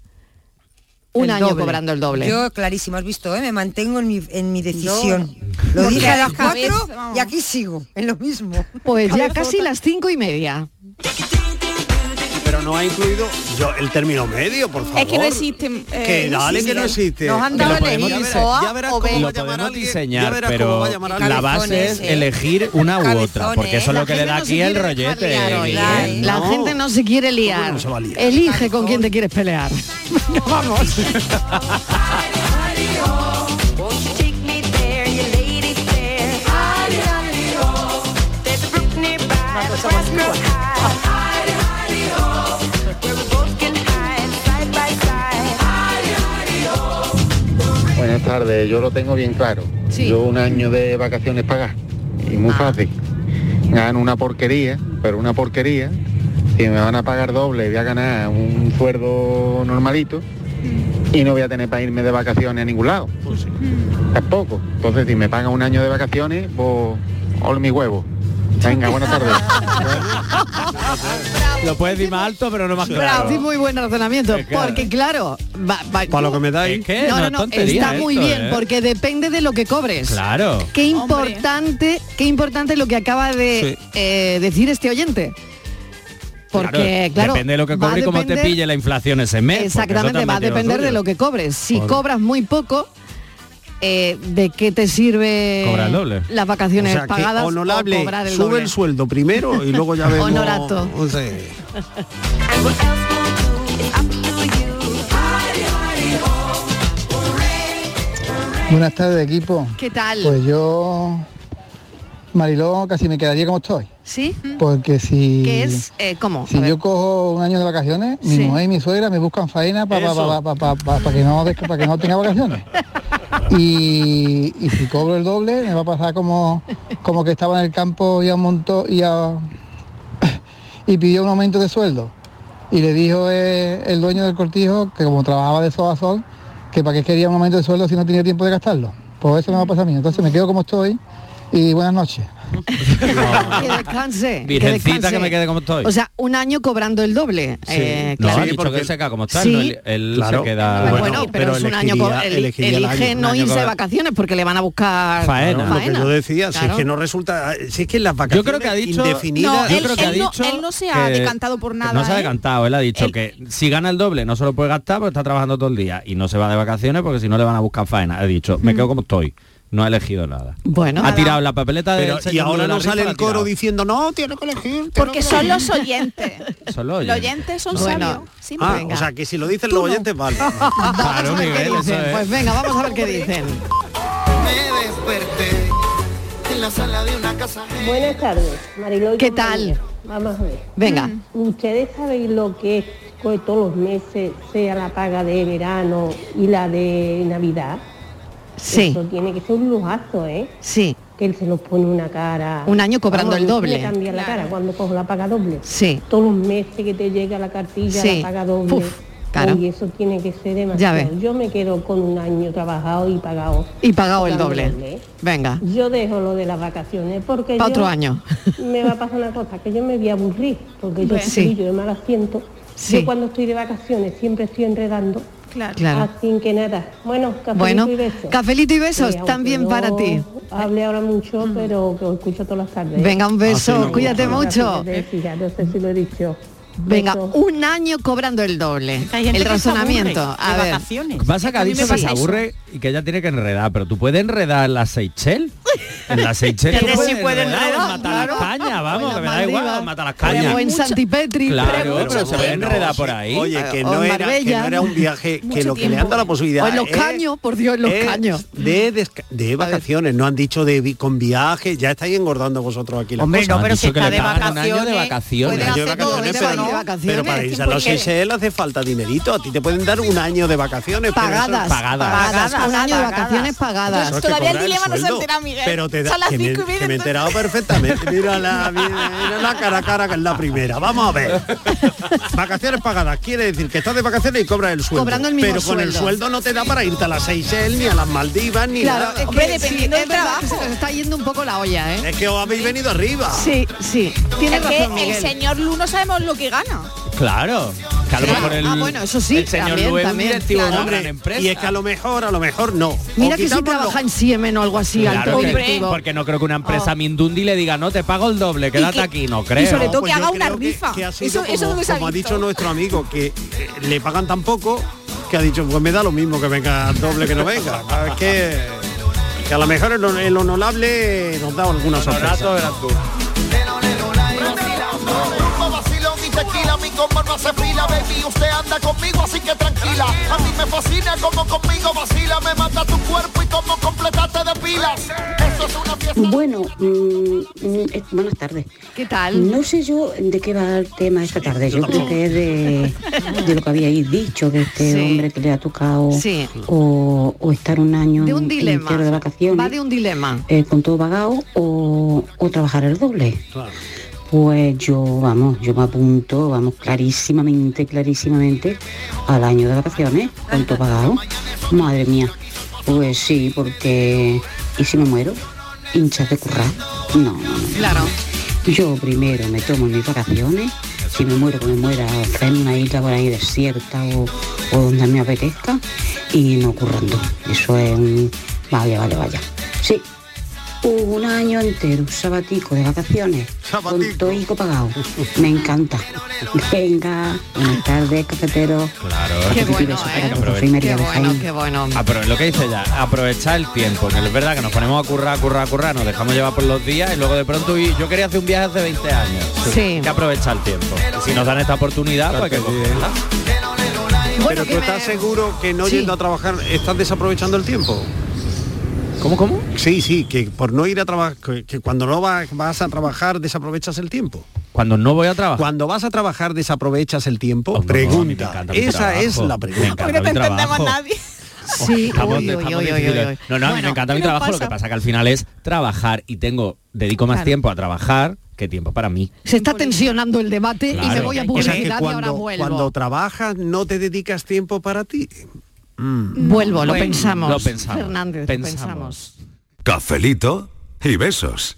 un El año doble. cobrando el doble. Yo, clarísimo, has visto, ¿eh? me mantengo en mi, en mi decisión. Lo dije a las cuatro y aquí sigo, en lo mismo. Pues ya casi las cinco y media. Pero no ha incluido yo el término medio, por favor. Es que no existe. eh, Que dale, que no existe. Nos han Que dado lo podemos- elegir ya verás- o ya A verás o B. cómo Lo va a llamar podemos alguien, ya diseñar, verás cómo pero va a llamar alguien. la base eh. es elegir una u otra, porque eso es lo que le da aquí el rollete. Miguel, La ¿no? gente no se quiere liar. no se va a liar? Elige con quién te quieres pelear. Vamos. Buenas tardes, yo lo tengo bien claro. Sí. Yo un año de vacaciones pagar y muy fácil. Gano una porquería, pero una porquería. Si me van a pagar doble, voy a ganar un sueldo normalito y no voy a tener para irme de vacaciones a ningún lado. Tampoco. Entonces, si me pagan un año de vacaciones, pues, ol mi huevo. Venga, buenas tardes. Lo puedes decir más alto, pero no más claro. Sí, muy buen razonamiento. Es claro. Porque claro, va- va- Para lo que me dais. Es que no, no no, es no, tontería está muy esto, bien, ¿eh? porque depende de lo que cobres. Claro. Qué importante, qué importante lo que acaba de Sí. eh, decir este oyente. Porque, claro, depende de lo que va a cobre y cómo te depender- pille la inflación ese mes. porque eso Exactamente, también va a tiene lo depender de suyo. lo que cobres. Si Joder. cobras muy poco, eh, ¿de qué te sirve Cobrar el doble. eh, las o vacaciones sea, que pagadas o honorable, cobrar el sube doble? el sueldo primero y luego ya vemos. Honorato. o sea, Buenas tardes, equipo. ¿Qué tal? Pues yo Mariló, casi me quedaría como estoy. ¿Sí? Porque si... ¿Qué es? Eh, ¿Cómo? Si A ver. yo cojo un año de vacaciones, mi Sí. mujer y mi suegra me buscan faena para Eso. que, no, desca- pa que no tenga vacaciones. Y, y si cobro el doble, me va a pasar como, como que estaba en el campo y montó y, a- y pidió un aumento de sueldo. Y le dijo eh, el dueño del cortijo, que como trabajaba de sol a sol, que para qué quería un aumento de sueldo si no tenía tiempo de gastarlo. Pues eso me va a pasar a mí. Entonces me quedo como estoy y buenas noches. Que descanse. Virgencita, descanse. que me quede como estoy. O sea, un ha cobrando el doble. Sí. eh, no, claro. ha dicho que él se queda como está, Sí. no, él, él Claro. se queda... Bueno, pero, es un año co- el- elige no irse de vacaciones porque le van a buscar Claro, Lo que yo decía, si es Claro. que no resulta, si es que las vacaciones creo que ha dicho- indefinidas, No, Yo él- creo que él ha no- dicho él no se ha que- decantado por que nada. No se ha ¿eh? decantado, él ha dicho que si gana el doble no se lo puede gastar porque está trabajando todo el día y no se va de vacaciones porque si no le van a buscar faena. Ha dicho, me Mm. quedo como estoy, no ha elegido nada. Bueno. Ha tirado la papeleta Pero- de y ahora no sale el coro diciendo no, tiene que elegir. Porque son los oyentes. Solo Los oyentes son sabios. Sí, Ah, venga. o sea, que si lo dicen los oyentes, vale. claro, Miguel, eso Dicen, es. Pues venga, vamos a ver qué dicen. Me desperté en la sala de una casa. Buenas tardes, Mariló. y ¿Qué compañía. Vamos a ver. Venga. ¿Ustedes saben lo que es que todos los meses sea la paga de verano y la de Navidad? Sí. Eso tiene que ser un lujazo, ¿eh? Sí. Que él se nos pone una cara. Un año cobrando Vamos, el a mí doble. Me cambia la cara cuando cojo la paga doble. Sí. Todos los meses que te llega la cartilla, Sí. la paga doble. Uf, claro. Y eso tiene que ser demasiado. ves. Yo me quedo con un año trabajado y pagado. Y pagado el Cobrando doble. Venga. yo dejo lo de las vacaciones porque Pa' yo- otro año. me va a pasar una cosa, que yo me voy a aburrir, porque yo Bueno. estoy, Sí. yo de mal asiento. Sí. Yo cuando estoy de vacaciones siempre estoy enredando. Claro. Claro. Así que nada. Bueno, cafelito Bueno, y besos. cafelito y besos, aunque también no para ti. Mm. Hablé ahora mucho, pero que os escucho todas las tardes. ¿eh? Venga, un beso, Así me gusta. cuídate mucho. Fíjate, no sé si lo he dicho. Venga, Besos. un año cobrando el doble. hay gente El que se razonamiento. aburre A de ver. vacaciones. Pasa que ha A mí me dicho que se pasa eso. aburre y que ella tiene que enredar, pero tú puedes enredar la Seychelles. En la Seychelles tú Pero puedes sí puede enredar, enredar, en matar las claro. cañas, O vamos, en que me las da igual, Maldivas. mata las Pero cañas. en Santipetri. Claro, pero se puede bueno, enredar por ahí. Oye, que O no, en era, que Marbella. no era un viaje, que Mucho lo que le tiempo. han dado la posibilidad O en los es caños, por Dios, en los es caños. De, desca- de vacaciones, no han dicho de vi- con viaje, ya estáis engordando vosotros aquí la Hombre, cosa. no, Han pero si dicho que está le de pagan un año de vacaciones, vacaciones. puede Un año de hacer todo, vacaciones, se va pero, de no- vacaciones, pero para irse a los porque- Seychelles hace falta dinerito, a ti te pueden dar un año de vacaciones. pero eso- Pagadas, pagadas, pagadas, un año de vacaciones pagadas. Eso es que cobrar sueldo. Pero te da, Son las que me, cinco y media, que me he entonces. enterado perfectamente. Mira la, mira la cara a cara que es la primera. Vamos a ver. Vacaciones pagadas quiere decir que estás de vacaciones y cobras el sueldo. Cobrando el mismo pero con el sueldo. sueldo no te da para irte a las Seychelles ni a las Maldivas ni Claro, nada. es Hombre, que dependiendo del trabajo. Se nos está yendo un poco la olla, ¿eh? es que os habéis venido arriba. Sí, sí. Tienes Es que razón, el Miguel. señor Lu no sabemos lo que gana. Claro. Que a lo Claro. mejor el, Ah, bueno, eso sí, el señor también, Lu es un también, directivo de claro. una gran Hombre, empresa. y es que a lo mejor, a lo mejor no. Mira O que si quitamos trabaja en Siemen o algo así, Claro alto que- directivo. porque no creo que una empresa Mindundi le diga, no, te pago el doble, quédate Oh. que- aquí, no creo. Y sobre todo Pues que yo haga una rifa. que ha sido como, como ha dicho nuestro amigo, que eh, le pagan tan poco que ha dicho, pues me da lo mismo que venga doble que no venga. Es que, que a lo mejor el, el honorable nos da alguna sorpresa. Rumba, vacilón y tequila, mi compa no hace fila, baby, usted anda conmigo, así que tranquila. A mí me fascina como conmigo vacila, me mata tu cuerpo y como completaste de pilas. Eso es una fiesta. Bueno, mm, mm, eh, buenas tardes. ¿Qué tal? No sé yo de qué va el tema esta tarde. Yo creo que es de, de lo que habíais dicho, que este Sí. hombre que le ha tocado Sí. o, o estar un año De un entero dilema. de vacaciones Va de un dilema. eh, con todo pagado o, o trabajar el doble. Claro. Pues yo, vamos, yo me apunto, vamos, clarísimamente, clarísimamente al año de vacaciones, con todo pagado. Madre mía, pues sí, porque, ¿y si me muero? Hinchas de currar. No, no, no. Claro. Yo primero me tomo mis vacaciones, si me muero, que me muera en una isla por ahí desierta o, o donde me apetezca, y no currando. Eso es un... Vale, vale, vaya. Sí, un año entero, un sabatico de vacaciones, con todo hijo pagado. Me encanta. Venga, buenas tardes, cafetero. Claro. Qué ¿eh? bueno, ¿eh? pues Hay que aprovechar. Soy María de Jaén. Apro- lo que dice ella, aprovechar el tiempo, que es verdad que nos ponemos a currar, a currar, a currar, nos dejamos llevar por los días y luego de pronto y yo quería hacer un viaje hace 20 años. Sí. Hay que aprovechar el tiempo. Y si nos dan esta oportunidad, pues hay que cogerla. Pero tú estás seguro que no Sí. yendo a trabajar, estás desaprovechando el tiempo. ¿Cómo, cómo? Sí, sí, que por no ir a trabajar, que, que cuando no vas, vas a trabajar desaprovechas el tiempo. Cuando no voy a trabajar. Oh, Cuando vas a trabajar desaprovechas el tiempo. pregunta. encanta mi Esa es trabajo. la Me pregunta. encanta Mira, mi te entendemos trabajo. nadie. Sí, Estamos- uy, uy, estamos uy, uy, decididos. uy, uy. No, no, a mí Bueno, me encanta mi ¿qué nos trabajo, lo pasa? que pasa que al final es trabajar y tengo, dedico más Claro. tiempo a trabajar que tiempo para mí. Se está tensionando el debate y me Claro. voy a O sea, publicidad que y ahora cuando- vuelvo. Cuando trabajas no te dedicas tiempo para ti. Vuelvo, Mm. lo Bueno, pensamos. lo pensamos. Fernández, Pensamos. lo pensamos. Cafelito y besos.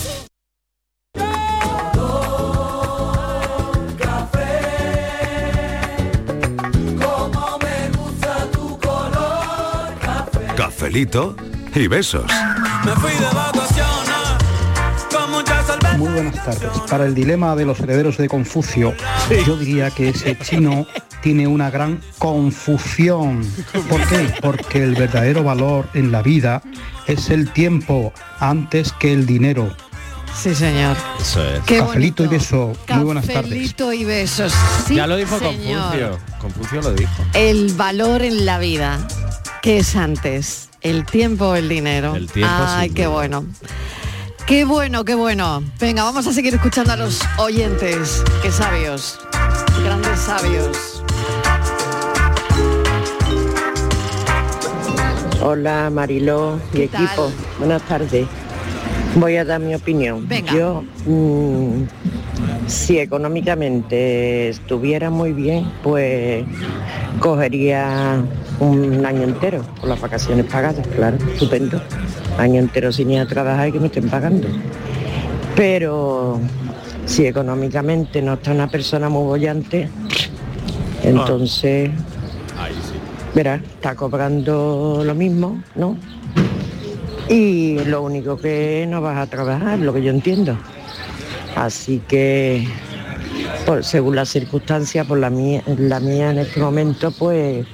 Como me gusta tu color. Cafelito y besos. Me fui de vacaciones con muchas albertas. Muy buenas tardes. Para el dilema de los herederos de Confucio, yo diría que ese chino tiene una gran confusión. ¿Por qué? Porque el verdadero valor en la vida es el tiempo antes que el dinero. Sí, señor. Eso es. Qué Cafelito y beso. Muy buenas tardes. Cafelito y besos. Sí, ya lo dijo señor. Confucio. Confucio lo dijo. El valor en la vida. ¿Qué es antes? ¿El tiempo o el dinero? El tiempo, Ay, sin qué duda. bueno. Qué bueno, qué bueno. Venga, vamos a seguir escuchando a los oyentes. Qué sabios. Grandes sabios. Hola Mariló y ¿Qué tal? equipo, buenas tardes. Voy a dar mi opinión. Venga. Yo, mm, si económicamente estuviera muy bien, pues cogería un año entero, con las vacaciones pagadas, claro, estupendo. Año entero sin ir a trabajar y que me estén pagando. Pero si económicamente no está una persona muy bollante, Ah. entonces Verá, está cobrando lo mismo, ¿no? Y lo único que no vas a trabajar, lo que yo entiendo. Así que, por, según las circunstancias, por la mía, la mía en este momento, pues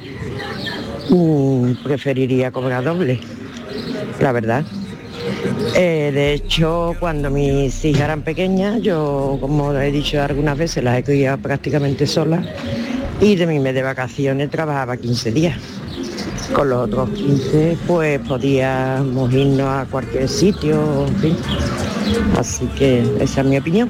mm, preferiría cobrar doble, la verdad. Eh, de hecho, cuando mis hijas eran pequeñas, yo, como he dicho algunas veces, las he criado prácticamente solas y de mi mes de vacaciones trabajaba 15 días. Con los otros 15 pues podíamos irnos a cualquier sitio, en fin. Así que esa es mi opinión.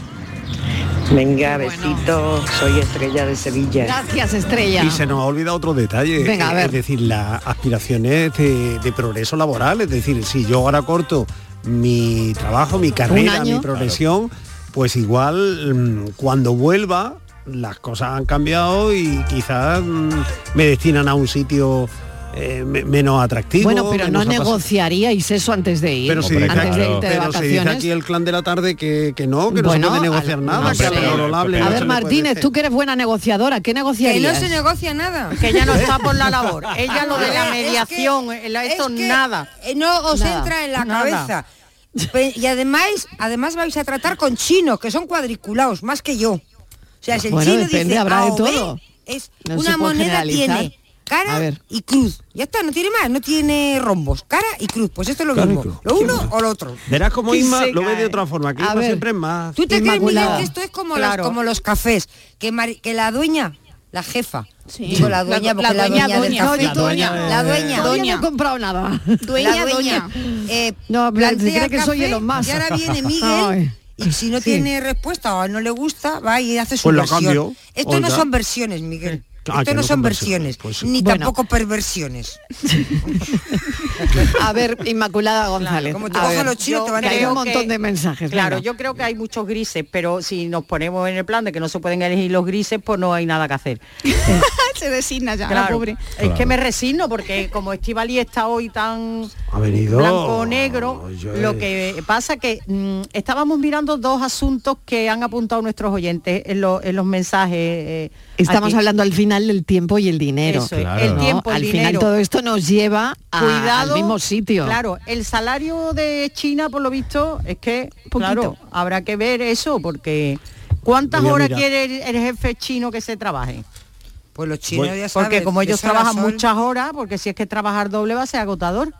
Venga, besitos, soy estrella de Sevilla. Gracias, estrella. Y se nos ha olvidado otro detalle. Venga, a eh, ver. Es decir, las aspiraciones de, de progreso laboral. Es decir, si yo ahora corto mi trabajo, mi carrera, año. mi progresión, pues igual mm, cuando vuelva las cosas han cambiado y quizás mm, me destinan a un sitio eh, me- menos atractivo. Bueno, pero no menos apasionante. negociaríais eso antes de ir. Pero si dice, antes aquí, de irte de pero si dice vacaciones. aquí el clan de la tarde que, que no, que Bueno, no se puede negociar al- nada, no que sé. a Manolo Lable A no ver, se le puede Martínez, tú que eres buena negociadora, ¿qué Que negociarías? no se negocia nada. Que ella no está por la labor. Ella lo de Es la que- mediación, el- eso que nada. eh, No os Nada. entra en la Nada. cabeza. Pe- Y además, además vais a tratar con chinos, que son cuadriculados, más que yo. O sea, si el Bueno, chino depende, dice habrá A de o B, todo. es No se una puede moneda generalizar. tiene A cara ver. y cruz. Ya está, no tiene más, no tiene rombos. Cara y cruz. Pues esto es lo Cara y cruz. mismo. Lo uno o lo otro. decir. Verás como Y Isma se lo ve cae. de otra forma, que A Isma ver, siempre es más. ¿Tú te crees, Miguel, Inmaculada. que esto es como, Claro. los, como los cafés? Que, Mari- que la dueña, la jefa, digo la dueña, La- porque la la dueña, dueña, del doña. café- La dueña, la dueña, Todavía no he comprado nada. la dueña, eh, No, pero plantea se cree que café soy Elon Musk. Y ahora viene Ay. Miguel. Y si no Sí. tiene respuesta o no le gusta, va y hace su Pues la versión. cambio, Esto no oiga. son versiones, Miguel. Ah, que Esto no son versiones, pues sí. ni Bueno. tampoco perversiones. A ver, Inmaculada González. como te a cojan ver, los chinos, te van a que hay creo un que- montón de mensajes. Claro, venga. yo creo que hay muchos grises, pero si nos ponemos en el plan de que no se pueden elegir los grises, pues no hay nada que hacer. se designa ya, la Claro. pobre. Es que Claro. me resigno porque como Estivali está hoy tan Ha venido. blanco o negro, yo- lo que pasa que mm, estábamos mirando dos asuntos que han apuntado nuestros oyentes en, lo- en los mensajes. eh, Estamos aquí. hablando al final del tiempo y el dinero. Eso es, Claro. el ¿no? tiempo, el al final dinero. todo esto nos lleva a- Cuidado, Ah, al mismo sitio. Claro, el salario de China, por lo visto, es que, claro, habrá que ver eso, porque ¿cuántas Voy a horas mirar. quiere el, el jefe chino que se trabaje? Pues los chinos ya saben. porque como ellos esa trabajan razón- muchas horas, porque si es que trabajar doble va a ser agotador.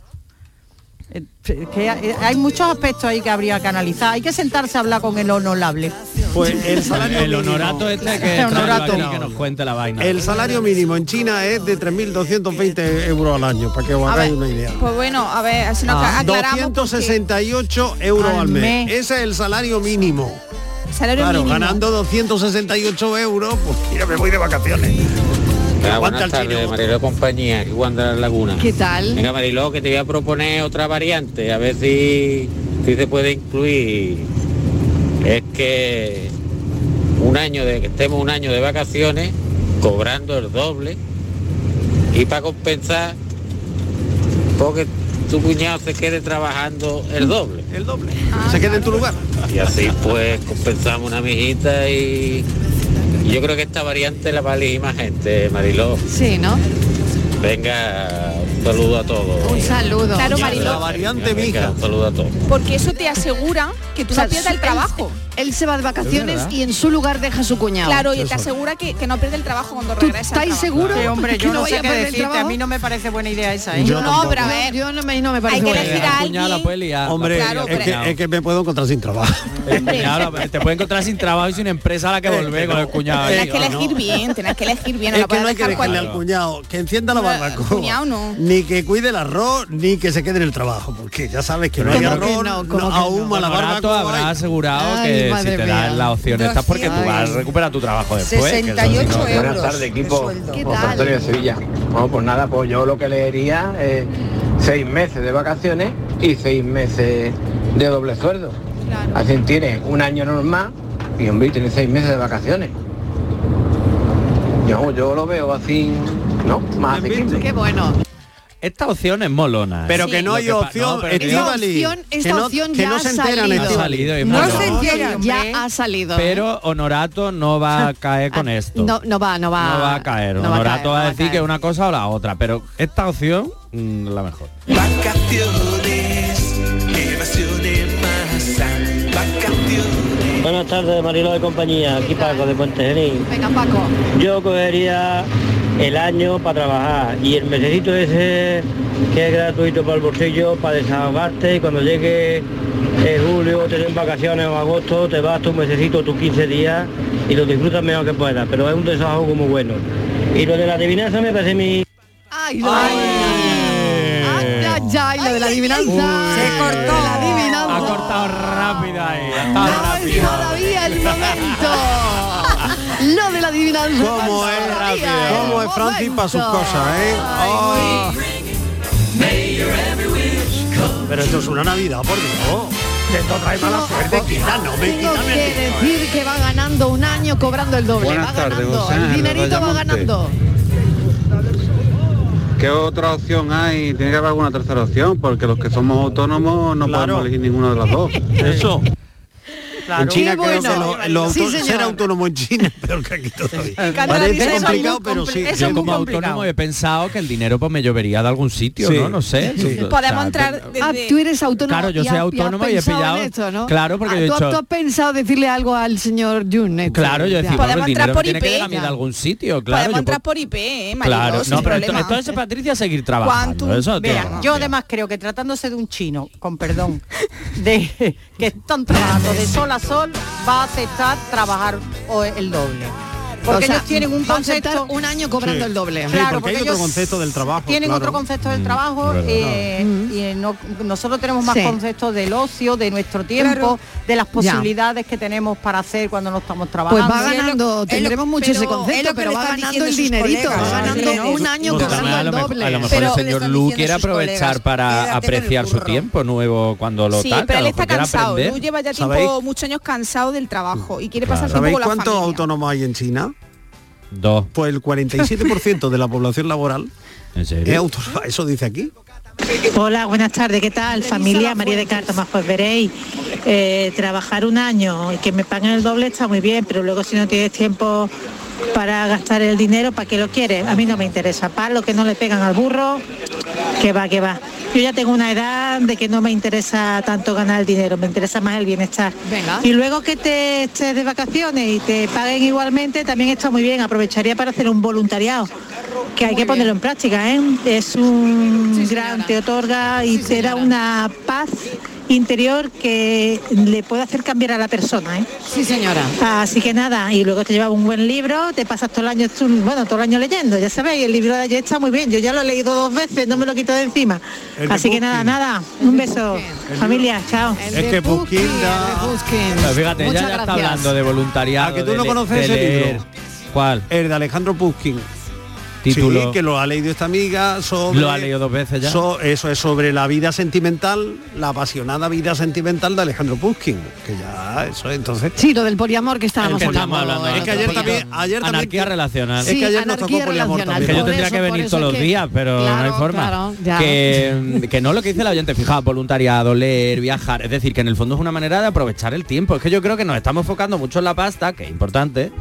Eh, es que hay hay muchos aspectos ahí que habría que analizar. Hay que sentarse a hablar con el honorable. Pues el salario El mínimo. honorato este que, El tráelo honorato. aquí, que nos cuente la vaina. El salario mínimo en China es de 3.220 euros al año, para que os A hagáis ver, una idea. Pues bueno, a ver, así nos Ah, aclaramos. porque 268 euros Al al mes. mes. Ese es el salario mínimo. Salario claro, mínimo. ganando 268 euros, pues mira, me voy de vacaciones. Hola, Aguanta buenas el tardes, Mariló compañía, aquí Juan de la Laguna. ¿Qué tal? Venga, Mariló, que te voy a proponer otra variante, a ver si, si se puede incluir. Es que un año de que estemos un año de vacaciones, cobrando el doble, y para compensar, porque tu cuñado se quede trabajando el doble. El doble. Ah. Se queda en tu lugar. Y así pues compensamos una mijita y, y yo creo que esta variante la va a elegir más gente, Mariló. Sí, ¿no? Venga, un saludo a todos. Un saludo. Claro, Mariló. La variante mija. Un saludo a todos. Porque eso te asegura que tú O sea, no pierdas su- el trabajo. Él se va de Es vacaciones verdad. y en su lugar deja a su cuñado. Claro, y te asegura que, que no pierdes el trabajo cuando regresas. estáis seguros? Sí, hombre, ¿Que yo no no, vaya sé a qué perder el decirte. A trabajo? mí no me parece buena idea esa. ¿eh? Yo No, pero a ver. Yo no me, no me parece Hay que buena elegir idea. a alguien. Hombre, Claro, es, pero- que, es que me puedo encontrar sin trabajo. Claro, te puede encontrar sin trabajo y sin empresa a la que Eh, volver con el cuñado. Tienes ahí, que ¿no? elegir bien, tienes que elegir bien. Es la que no hay puedes que dejar dejarle al cual- cuñado que encienda la No, al barbacoa. cuñado no. Ni que cuide el arroz, ni que se quede en el trabajo, porque ya sabes que no hay ¿Cómo arroz, que no? ¿Cómo que no? ahuma la Honorato barbacoa. habrá asegurado Ay, que si madre te mía. dan las opciones estas porque tú vas a recuperar tu trabajo después. que eso sí, no, que- Buenas tardes, equipo. ¿Qué José Antonio de Sevilla. Bueno, pues nada, pues yo lo que leería es seis meses de vacaciones y seis meses de doble sueldo. Así tiene un año normal y hombre, tiene seis meses de vacaciones. Yo, yo lo veo así, ¿no? Más asequible. Qué bueno. Esta opción es molona. ¿eh? Pero que no hay Lo pa- opción, pero que- Esta opción, esta opción ya ha salido. Ha este salido, es No molona. se enteran. Ya ha salido. ¿eh? Pero Honorato no va a caer con esto. no, no va, no va. no va a caer. no va a caer, Honorato no va va a a decir que una cosa o la otra, pero esta opción, mm, la mejor. Vacaciones, qué vacaciones pasan, vacaciones. Buenas tardes, Marilo de compañía. Aquí Paco de Puente Genil. Venga, Paco. Yo cogería el año para trabajar y el mesecito ese que es gratuito para el bolsillo, para desahogarte y cuando llegue eh, julio, te den vacaciones o agosto, te vas tu mesecito, tus 15 días y lo disfrutas mejor que puedas, pero es un desahogo muy bueno. Y lo de la adivinanza me parece mi... Ay, lo- ay, ay, ya, y lo de la adivinanza. Se cortó la adivinanza. Ha cortado rápido ahí. Ha estado rápido. Todavía el momento. Lo de la adivinanza. ¿Cómo es rápido? ¿Cómo es Francis para sus cosas, eh? Oh. Pero esto es una Navidad, por Dios. Que Esto trae mala suerte. Quita, no me Tengo quítame el que decir que va ganando un año cobrando el doble. Buenas va tardes, ganando. José el Ángel dinerito va Ayamonte. ganando. ¿Qué otra opción hay? Tiene que haber alguna tercera opción, porque los que somos autónomos no podemos elegir ninguna de las dos. Eso. En China Qué creo bueno. que lo- lo Sí, auto- señor. ser autónomo en China es peor que aquí todavía. eso Parece es complicado, muy pero sí. compli- eso Yo es muy como complicado. autónomo he pensado que el dinero pues me llovería de algún sitio, Sí. ¿no? No sé. Sí. O sea, Podemos entrar pero- Ah, tú eres autónomo. Claro, yo y soy has- autónomo has y he pensado en pillado- esto, ¿no? Claro, porque Ah, yo he tú, dicho- tú has pensado decirle algo al señor Jun. esto. pues, Claro, yo Ya. decía, bueno, el dinero me tiene que llegar a mí de algún sitio, claro. Podemos yo entrar puedo- por IP, ¿eh? Mariló, Claro, sin no, pero esto- problema. entonces Patricia seguir trabajando. Quantum. Eso, tío. Vea, yo además creo que tratándose de un chino, con perdón, de que están trabajando de sol a sol, va a aceptar trabajar o el doble. Porque O sea, ellos tienen un va a aceptar concepto un año cobrando el doble. Sí, Claro, porque hay porque otro ellos concepto del trabajo. tienen claro. Mm, otro concepto del trabajo verdad. eh, y no- nosotros tenemos más Mm. Sí. conceptos del ocio, de nuestro tiempo, Claro. de las Ya. posibilidades que tenemos para hacer cuando no estamos Pues trabajando. va ganando, tendremos mucho ese concepto, pero va ganando el dinerito, va ganando un año No, también cobrando a el lo mejor, doble. a lo mejor el señor Lu quiere aprovechar para apreciar su tiempo nuevo cuando lo sí, tal, que pero a él lo está mejor quiere cansado. aprender. Lu lleva ya tiempo, ¿Sabéis? muchos años cansado del trabajo y quiere pasar tiempo ¿Sabéis con la cuántos familia. autónomos hay en China? Dos. Pues el 47% de la población laboral es autónoma. Eso dice aquí. Hola, buenas tardes, ¿qué tal? Familia María de Cártama, pues veréis, eh, trabajar un año y que me paguen el doble está muy bien, pero luego si no tienes tiempo para gastar el dinero, ¿para qué lo quieres? A mí no me interesa, para lo que no le pegan al burro, que va, que va. Yo ya tengo una edad de que no me interesa tanto ganar el dinero, me interesa más el bienestar. Venga. Y luego que te estés de vacaciones y te paguen igualmente, también está muy bien, aprovecharía para hacer un voluntariado que hay que ponerlo en práctica, ¿eh? Es un gran, te otorga y te da una paz interior que le puede hacer cambiar a la persona, ¿eh? Sí, señora. Así que nada, y luego te llevas un buen libro, te pasas todo el año, tú- bueno, todo el año leyendo, ya sabéis, el libro de ayer está muy bien, yo ya lo he leído dos veces, no me lo quito de encima. El de Así que nada, Pushkin. nada, un beso, familia, chao. es que Pushkin da... Pero Pues fíjate, ella ya está hablando de voluntariado. ¿A que tú de no le- conoces de ese leer. libro? ¿Cuál? El de Alejandro Pushkin. Título. Sí, que lo ha leído esta amiga sobre... Lo ha leído dos veces ya. so- eso es sobre la vida sentimental, la apasionada vida sentimental de Alejandro Pushkin. Que ya, eso entonces... Sí, lo del poliamor que estábamos El que hablando. estamos hablando, el es que otro ayer día. también- ayer también- Anarquía relacional. Es que ayer nos tocó anarquía poliamor relacional, también. Que yo por tendría eso, que por venir eso todos los es que- días, pero no hay Claro, forma. claro, ya. que, que no lo que dice la oyente, fijaos, voluntariado, leer, viajar. Es decir, que en el fondo es una manera de aprovechar el tiempo. Es que yo creo que nos estamos enfocando mucho en la pasta, que es importante,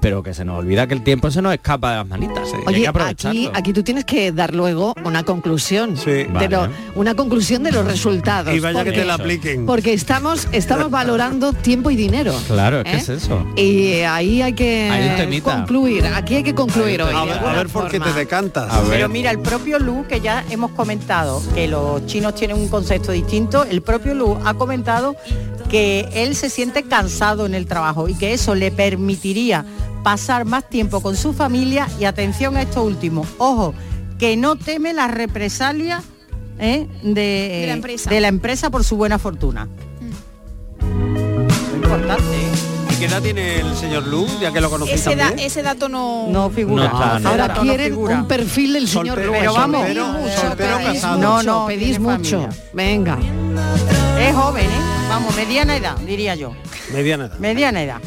pero que se nos olvida que el tiempo se nos escapa de las manitas. eh, y hay Oye, que aprovecharlo. aquí, aquí tú tienes que dar luego una conclusión, de Vale. lo- una conclusión de los resultados. Y vaya que porque- te la apliquen. Porque estamos, estamos valorando tiempo y dinero. Claro, es que ¿eh? es eso. Y ahí hay que Hay un temita. concluir, aquí hay que concluir hoy. A ver, a ver por qué te decantas. A ver. Pero mira, el propio Lu, que ya hemos comentado que los chinos tienen un concepto distinto, el propio Lu ha comentado que él se siente cansado en el trabajo y que eso le permitiría pasar más tiempo con su familia y atención a esto último, ojo, que no teme las represalias ¿eh? de, la empresa. de la empresa por su buena fortuna. Muy importante. ¿eh? ¿Y qué edad tiene el señor Lu, ya que lo conocéis Ese, da- también? ese dato no... No figura. No está, no Ahora está. quieren un perfil del señor Soltero, Pedís vamos. mucho, Soltero, soltero, pedís casado. mucho, No, no, pedís tiene mucho. familia. Venga. Es joven, ¿eh? Vamos, mediana edad, diría yo. Mediana edad. Mediana edad.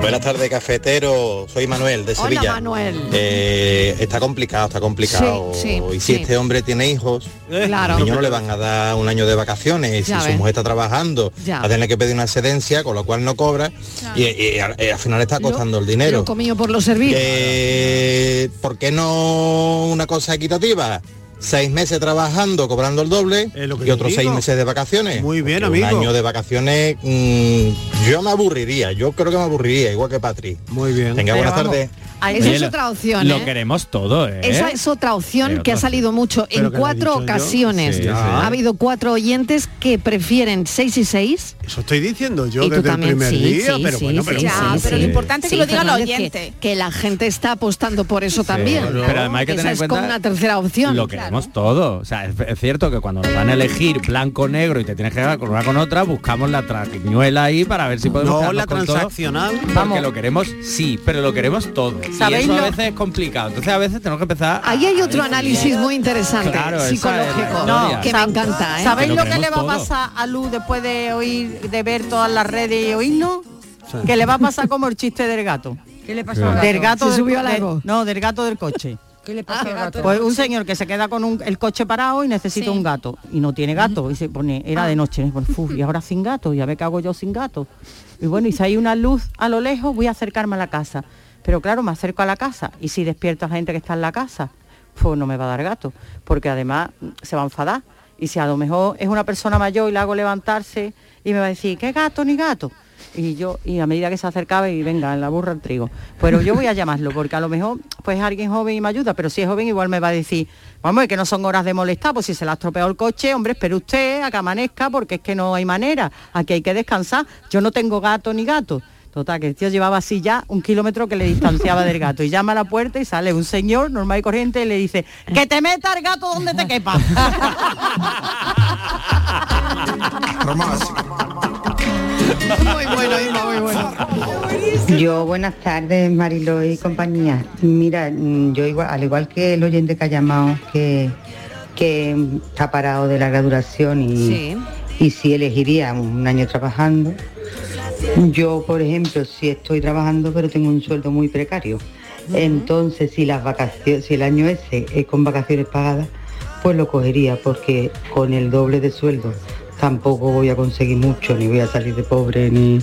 Buenas tardes, cafetero. Soy Manuel de Hola, Sevilla. Manuel. Eh, está complicado, está complicado. Sí, sí, y si sí. este hombre tiene hijos, Claro. los niños Eh, no le van a dar un año de vacaciones. Y si Ya su ves. mujer está trabajando, Ya. va a tener que pedir una excedencia, con lo cual no cobra. Y, y al, y al final está costando el dinero. Lo comido por lo servido. Eh, ¿Por qué no una cosa equitativa? Seis meses trabajando, cobrando el doble, y yo otros digo. seis meses de vacaciones. Muy bien, Porque amigo. Un año de vacaciones, mm, yo me aburriría, yo creo que me aburriría, igual que Patri. Muy bien. Venga, Pero buenas vamos, tardes. Ah, esa Oye, es lo- otra opción. Lo ¿eh? queremos todo, ¿eh? Esa es otra opción que ha salido mucho. Pero En que lo he cuatro dicho yo. ocasiones Sí, sí. ha habido cuatro oyentes que prefieren 6 y 6. Eso estoy diciendo yo Y tú desde también, el primer sí, día, sí, pero sí, bueno, sí, pero, sí, Ah, pero lo importante es que lo diga la Fernández, oyente. Que, que la gente está apostando por eso también. claro. Pero además hay que Esa tener en es cuenta como una tercera opción. Lo queremos todo. O sea, es, es cierto que cuando nos van a elegir blanco negro y te tienes que quedar con una con otra, buscamos la traquiñuela ahí para ver si podemos. No, quedarnos la con todo, transaccional. porque Vamos. lo queremos, sí, pero lo queremos todo. Y ¿Sabéis eso a lo- veces es complicado. Entonces a veces tenemos que empezar. a- Ahí hay otro análisis muy interesante, Claro, esa es la psicológico, historia. que me encanta. ¿eh? ¿Sabéis Que lo lo que le va a queremos todo. pasar a Luz después de oír, de ver todas las redes y oírnos? Que le va a pasar como el chiste del gato. ¿Qué le pasó? al Del gato Se del subió co- al de- árbol. No, del gato del coche. ¿Qué le Ah. pasó al gato? Pues un señor que se queda con un- el coche parado y necesita un gato y no tiene gato y se pone era de noche y, pone, "Fu, y ahora sin gato ya ve que hago yo sin gato y bueno y si hay una luz a lo lejos voy a acercarme a la casa pero claro me acerco a la casa y si despierto a la gente que está en la casa pues no me va a dar gato porque además mm, se va a enfadar y si a lo mejor es una persona mayor y la hago levantarse y me va a decir qué gato ni gato y yo y a medida que se acercaba y venga en la burra el trigo pero yo voy a llamarlo porque a lo mejor pues alguien joven y me ayuda pero si es joven igual me va a decir vamos es que no son horas de molestar pues si se le ha estropeado el coche hombre espere usted a que amanezca porque es que no hay manera aquí hay que descansar yo no tengo gato ni gato Total, que el tío llevaba así ya un kilómetro que le distanciaba del gato. Y llama a la puerta y sale un señor normal y corriente y le dice, que te meta el gato donde te quepa. Muy bueno, Inma, muy bueno. Yo, buenas tardes, Marilo y compañía. Mira, mm, yo igual, al igual que el oyente que ha llamado, que, que mm, está parado de larga duración y, Sí. y si elegiría un año trabajando, yo, por ejemplo, si estoy trabajando, pero tengo un sueldo muy precario. Entonces, si las vacaciones, si el año ese es con vacaciones pagadas, pues lo cogería porque con el doble de sueldo tampoco voy a conseguir mucho, ni voy a salir de pobre, ni,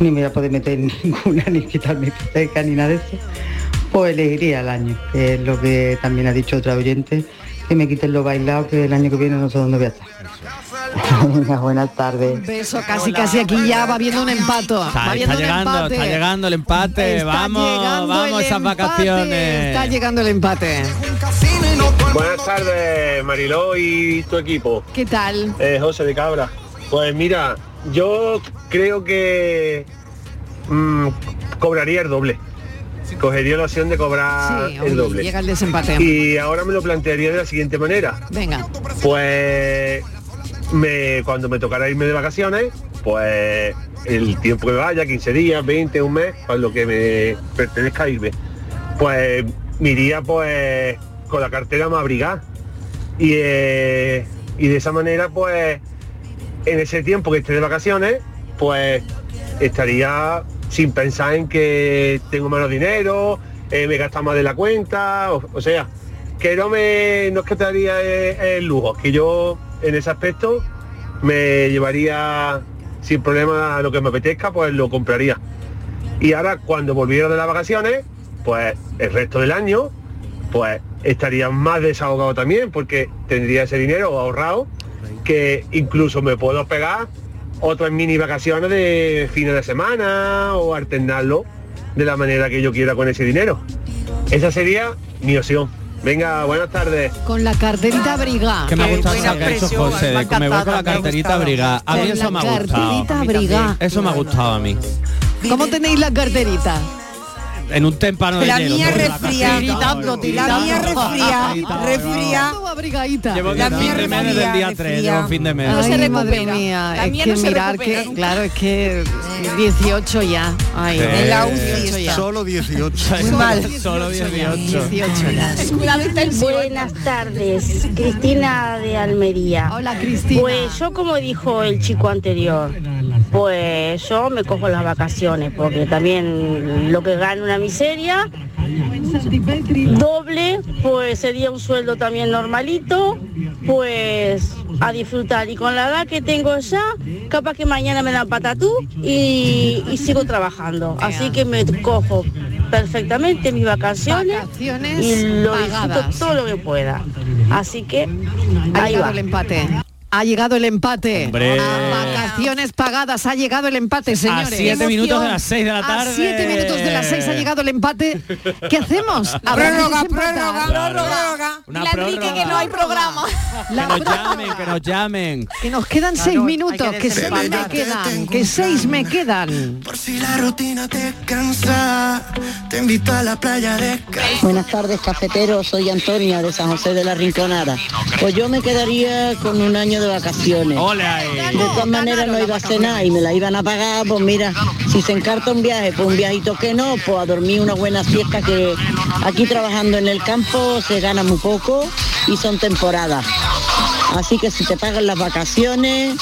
ni me voy a poder meter en ninguna, ni quitarme hipoteca, ni nada de eso. Pues elegiría el año, que es lo que también ha dicho otra oyente, que me quiten los bailados, que el año que viene no sé dónde voy a estar. Venga, buenas tardes. Beso, casi, casi aquí ya va viendo un empate. Está, va está viendo un llegando, empate. está llegando el empate. Está vamos, llegando vamos el esas empate, vacaciones. Está llegando el empate. Buenas tardes, Mariló y tu equipo. ¿Qué tal? Eh, José de Cabra. Pues mira, yo creo que mm, cobraría el doble. Cogería la opción de cobrar Sí, el hombre, doble. llega el desempate. Y ahora me lo plantearía de la siguiente manera. Venga. Pues me, cuando me tocara irme de vacaciones, pues el tiempo que vaya, 15 días, 20, un mes, pues lo que me pertenezca irme, pues me iría pues con la cartera más abrigada. Y, eh, y de esa manera pues en ese tiempo que esté de vacaciones, pues estaría sin pensar en que tengo menos dinero, eh, me gasta más de la cuenta, o, o sea, que no me no es que te daría eh, eh, lujos, que yo en ese aspecto me llevaría sin problema lo que me apetezca, pues lo compraría. Y ahora cuando volviera de las vacaciones, pues el resto del año, pues estaría más desahogado también porque tendría ese dinero ahorrado que incluso me puedo pegar otras mini vacaciones de fines de semana o alternarlo de la manera que yo quiera con ese dinero. Esa sería mi opción. Venga, buenas tardes. Con la carterita Eh, abrigada. Que me ha gustado esa que ha hecho José, de que me voy con la carterita abrigada. A mí Con eso la me ha gustado. carterita abrigada. Eso me ha gustado a mí. ¿Cómo tenéis la carterita? En un témpano de La hielo. mía tú, refría. Tiritando, La mía refría, refría. Llevo La fin de mes desde el día 3, llevo fin de mes. Ay, madre mía, La es mía que no se mirar recupera que, claro, es que 18 ya. Ay, Sí. madre, En la 18 UCI ya. Solo 18. Muy mal. Solo 18. 18 ya. Buenas tardes, Cristina de Almería. Hola Cristina. Pues yo como dijo el chico anterior, pues yo me cojo las vacaciones porque también lo que gano una miseria, doble, pues sería un sueldo también normalito, pues a disfrutar. Y con la edad que tengo ya, capaz que mañana me dan patatú y, y sigo trabajando. Así que me cojo perfectamente mis vacaciones, Vacaciones y lo disfruto pagadas. todo lo que pueda. Así que Ha ahí llegado va. el empate. Ha llegado el empate. Hombre. A vacaciones pagadas ha llegado el empate, señores. siete Emoción. minutos de las seis de la tarde. A siete minutos de las seis ha llegado el empate. ¿Qué hacemos? Habrá que Prórroga, desempatar. prórroga, prórroga. Una Dile a Enrique prórroga. que no hay programa. Que nos llamen, que nos llamen. Que nos quedan Claro, seis hay que minutos, que seis me desempatar. quedan, que seis me quedan. Por si la rutina te cansa, te invito a la playa de Buenas tardes, cafeteros. Soy Antonia de San José de la Rinconada. Pues yo me quedaría con un año de vacaciones. De todas maneras no iba a cenar y me la iban a pagar. Pues mira, si se encarta un viaje, pues un viajito que no, pues a dormir una buena siesta que aquí trabajando en el campo se gana muy poco y son temporadas. Así que si te pagan las vacaciones,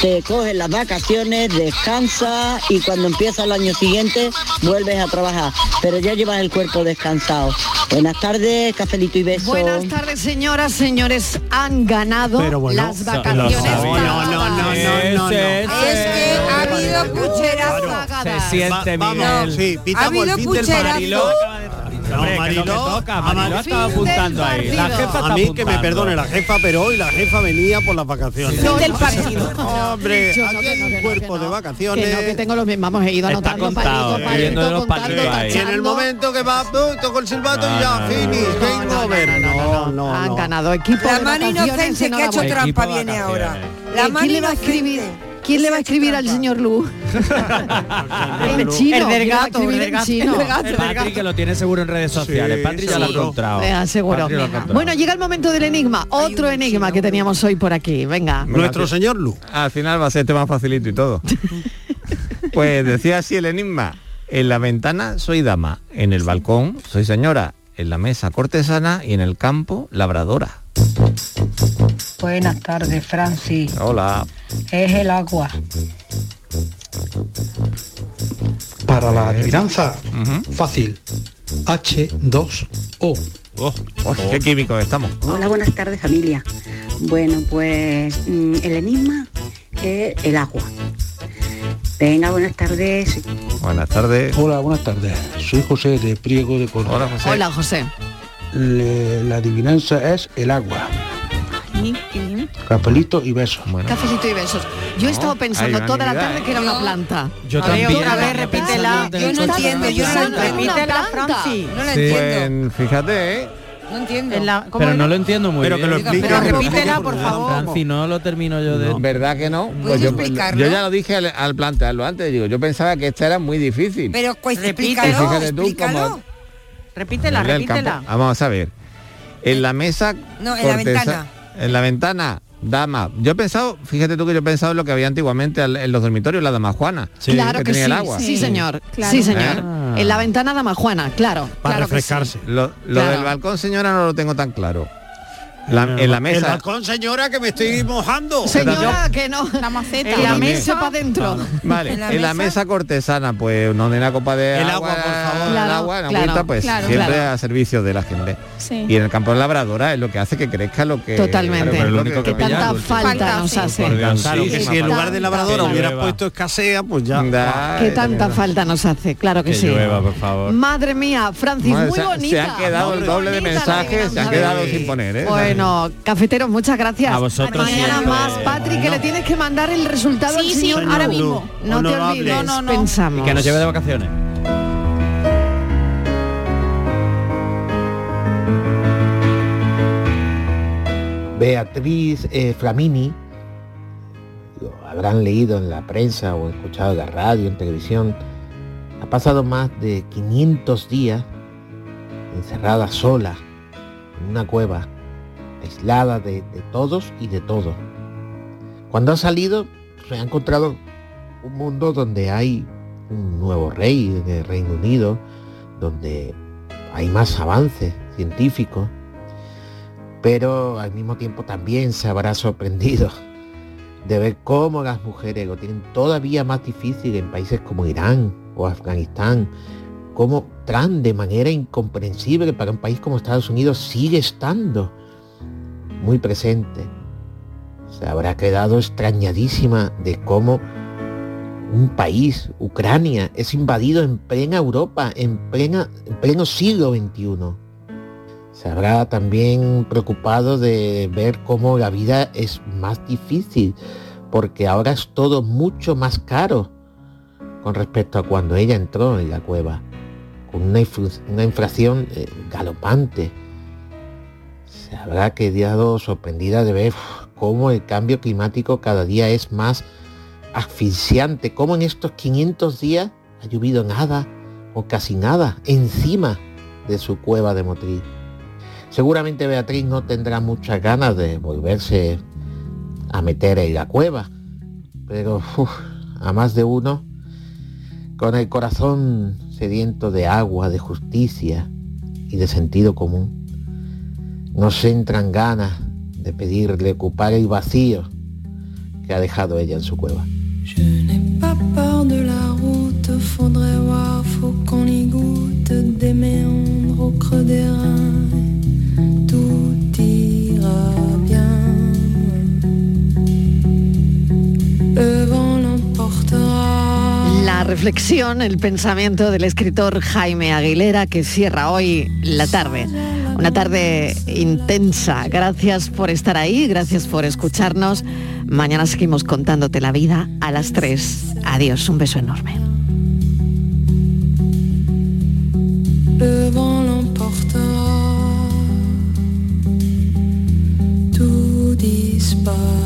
te cogen las vacaciones, descansa y cuando empieza el año siguiente vuelves a trabajar. Pero ya llevas el cuerpo descansado. Buenas tardes, cafelito y besos. Buenas tardes, señoras, señores. Han ganado Pero bueno, las lo vacaciones. sabía. pagadas. No, no, no, no, no. Es que ha habido pucheras Se pagadas. siente Va- vamos, Miguel. sí, pitamos Ha habido el fin del pucherazo. Mariló. partido. No, Hombre, que es lo que Mariló, toca, a Mariló Mar- estaba apuntando ahí. La jefa está a mí que me apuntando. perdone la jefa, pero hoy la jefa venía por las vacaciones. No, del partido. Hombre, Yo no, aquí que hay no, un que no, cuerpo que no. de vacaciones. Que no, que tengo los mismos. Vamos, he ido Está anotando. contado, palito, eh, palito, yendo de los contando, partidos ahí. tachando. En el momento que va, uh, toco el silbato y ya, finish, game over. No, no, Han no. ganado equipo La de mano vacaciones, inocente que ha hecho enhorabuena. trampa viene ahora. La Eh, mano ¿Quién le va a escribir? ¿Quién le va a escribir al señor Lu? En chino. El del ¿quién le va a gato, escribir el del en gato, chino? el gato, Patrick que lo tiene seguro en redes sociales. Patrick ya lo ha seguro. encontrado. Eh, seguro. Patrick lo ha encontrado. Bueno, llega el momento del enigma. Otro enigma que teníamos hoy por aquí. Venga. Nuestro señor Lu. Al final va a ser este más facilito y todo. pues decía así el enigma. En la ventana soy dama, en el balcón soy señora, en la mesa cortesana y en el campo labradora. Buenas tardes, Francis. Hola. Es el 啊 agua. Para la adivinanza, fácil. H2O. Oh, qué químicos estamos. Hola, buenas tardes familia. Bueno, pues mm, el enigma es el agua. Venga, buenas tardes. Buenas tardes. Eh, Hola, buenas tardes. Soy José de Priego de Córdoba. Hola, José. Hola, José. la adivinanza es el agua. Capelito y besos. Cafecito y besos. Yo he estado pensando hay toda la unanimidad, tarde ¿eh? que era una planta. Yo A ver, también. otra vez, repítela. Yo no entiendo, yo no Pensando en una entiendo. Repítela, planta. Francis. No la Sí. entiendo. Pues, fíjate, ¿eh? No entiendo. Pero no lo entiendo muy Pero que bien. lo explique, Pero que lo repítela, explique, por favor. Francis, no lo termino yo de... ¿Verdad que no? Pues ¿Puedes yo, explicarlo? yo ya lo dije al, al plantearlo antes, digo, yo pensaba que esta era muy difícil. Pero pues Y explícalo, fíjate tú cómo- explícalo. Repítela, Mira el campo. Ah, repítela. Vamos a ver. En la mesa. No, en la corteza- ventana. En la ventana, dama. Yo he pensado, fíjate tú que yo he pensado en lo que había antiguamente al- en los dormitorios, la dama Juana. Claro que, tenía sí, el agua. sí, señor. Claro. Sí, señor. Ah. En la ventana dama Juana, claro. claro que sí. Lo, lo Claro. del balcón, señora, no lo tengo tan claro. La- en la El mesa. balcón, señora, que me estoy mojando. Señora, que no. La maceta. Yo la también. mesa para Ah, adentro. Vale, en la, mesa? cortesana, pues no de una copa de El agua, agua, por favor. el Claro, agua, una claro, vuelta, pues claro, siempre claro. a servicio de la gente. Sí. Y en el campo de labradora es lo que hace que crezca lo que... Claro, Totalmente. pero es lo único Que que pilla, tanta lo último. falta nos hace. Por Dios, Claro, sí, que sí, si en lugar de labradora Que hubieras llueva. puesto escasea, pues ya. Da, Que tanta falta nos hace, claro que, Que sí. llueva, por favor. Madre mía, Francis, Madre, muy se, ha- bonita. se ha quedado el doble de mensajes, se ha quedado sin poner, ¿eh? Bueno, cafeteros, muchas gracias. A vosotros Mañana siempre. más, Patrick, que le tienes que mandar el resultado Sí, al sí, señor ahora Lu. mismo. No te Honorables. olvides, No, no, no. pensamos. Y que nos lleve de vacaciones. Beatriz eh, Flamini, lo habrán leído en la prensa o escuchado en la radio, en televisión, ha pasado más de 500 días encerrada sola en una cueva, aislada de, de todos y de todo. Cuando ha salido, se ha encontrado un mundo donde hay un nuevo rey en el Reino Unido, donde hay más avances científicos, pero al mismo tiempo también se habrá sorprendido de ver cómo las mujeres lo tienen todavía más difícil en países como Irán o Afganistán, cómo Trump de manera incomprensible para un país como Estados Unidos sigue estando muy presente. Se habrá quedado extrañadísima de cómo un país, Ucrania, es invadido en plena Europa, en, plena, en pleno siglo XXI se habrá también preocupado de ver cómo la vida es más difícil porque ahora es todo mucho más caro con respecto a cuando ella entró en la cueva, con una, influ- una inflación eh, galopante. Se habrá quedado sorprendida de ver uf, cómo el cambio climático cada día es más asfixiante, cómo en estos 500 días ha llovido nada o casi nada encima de su cueva de Motril. Seguramente Beatriz no tendrá muchas ganas de volverse a meter en la cueva, pero uf, a más de uno, con el corazón sediento de agua, de justicia y de sentido común, nos entran ganas de pedirle ocupar el vacío que ha dejado ella en su cueva. Pas peur de la route, faudrait voir, faut qu'on y goûte des méandres au creux des reins. Tout ira bien. Le vent l'emportera. La reflexión, el pensamiento del escritor Jaime Aguilera que cierra hoy la tarde. Una tarde intensa. Gracias por estar ahí, gracias por escucharnos. Mañana seguimos contándote la vida a las 3. Adiós, un beso enorme. Le vent l'emportera. Tout disparaît.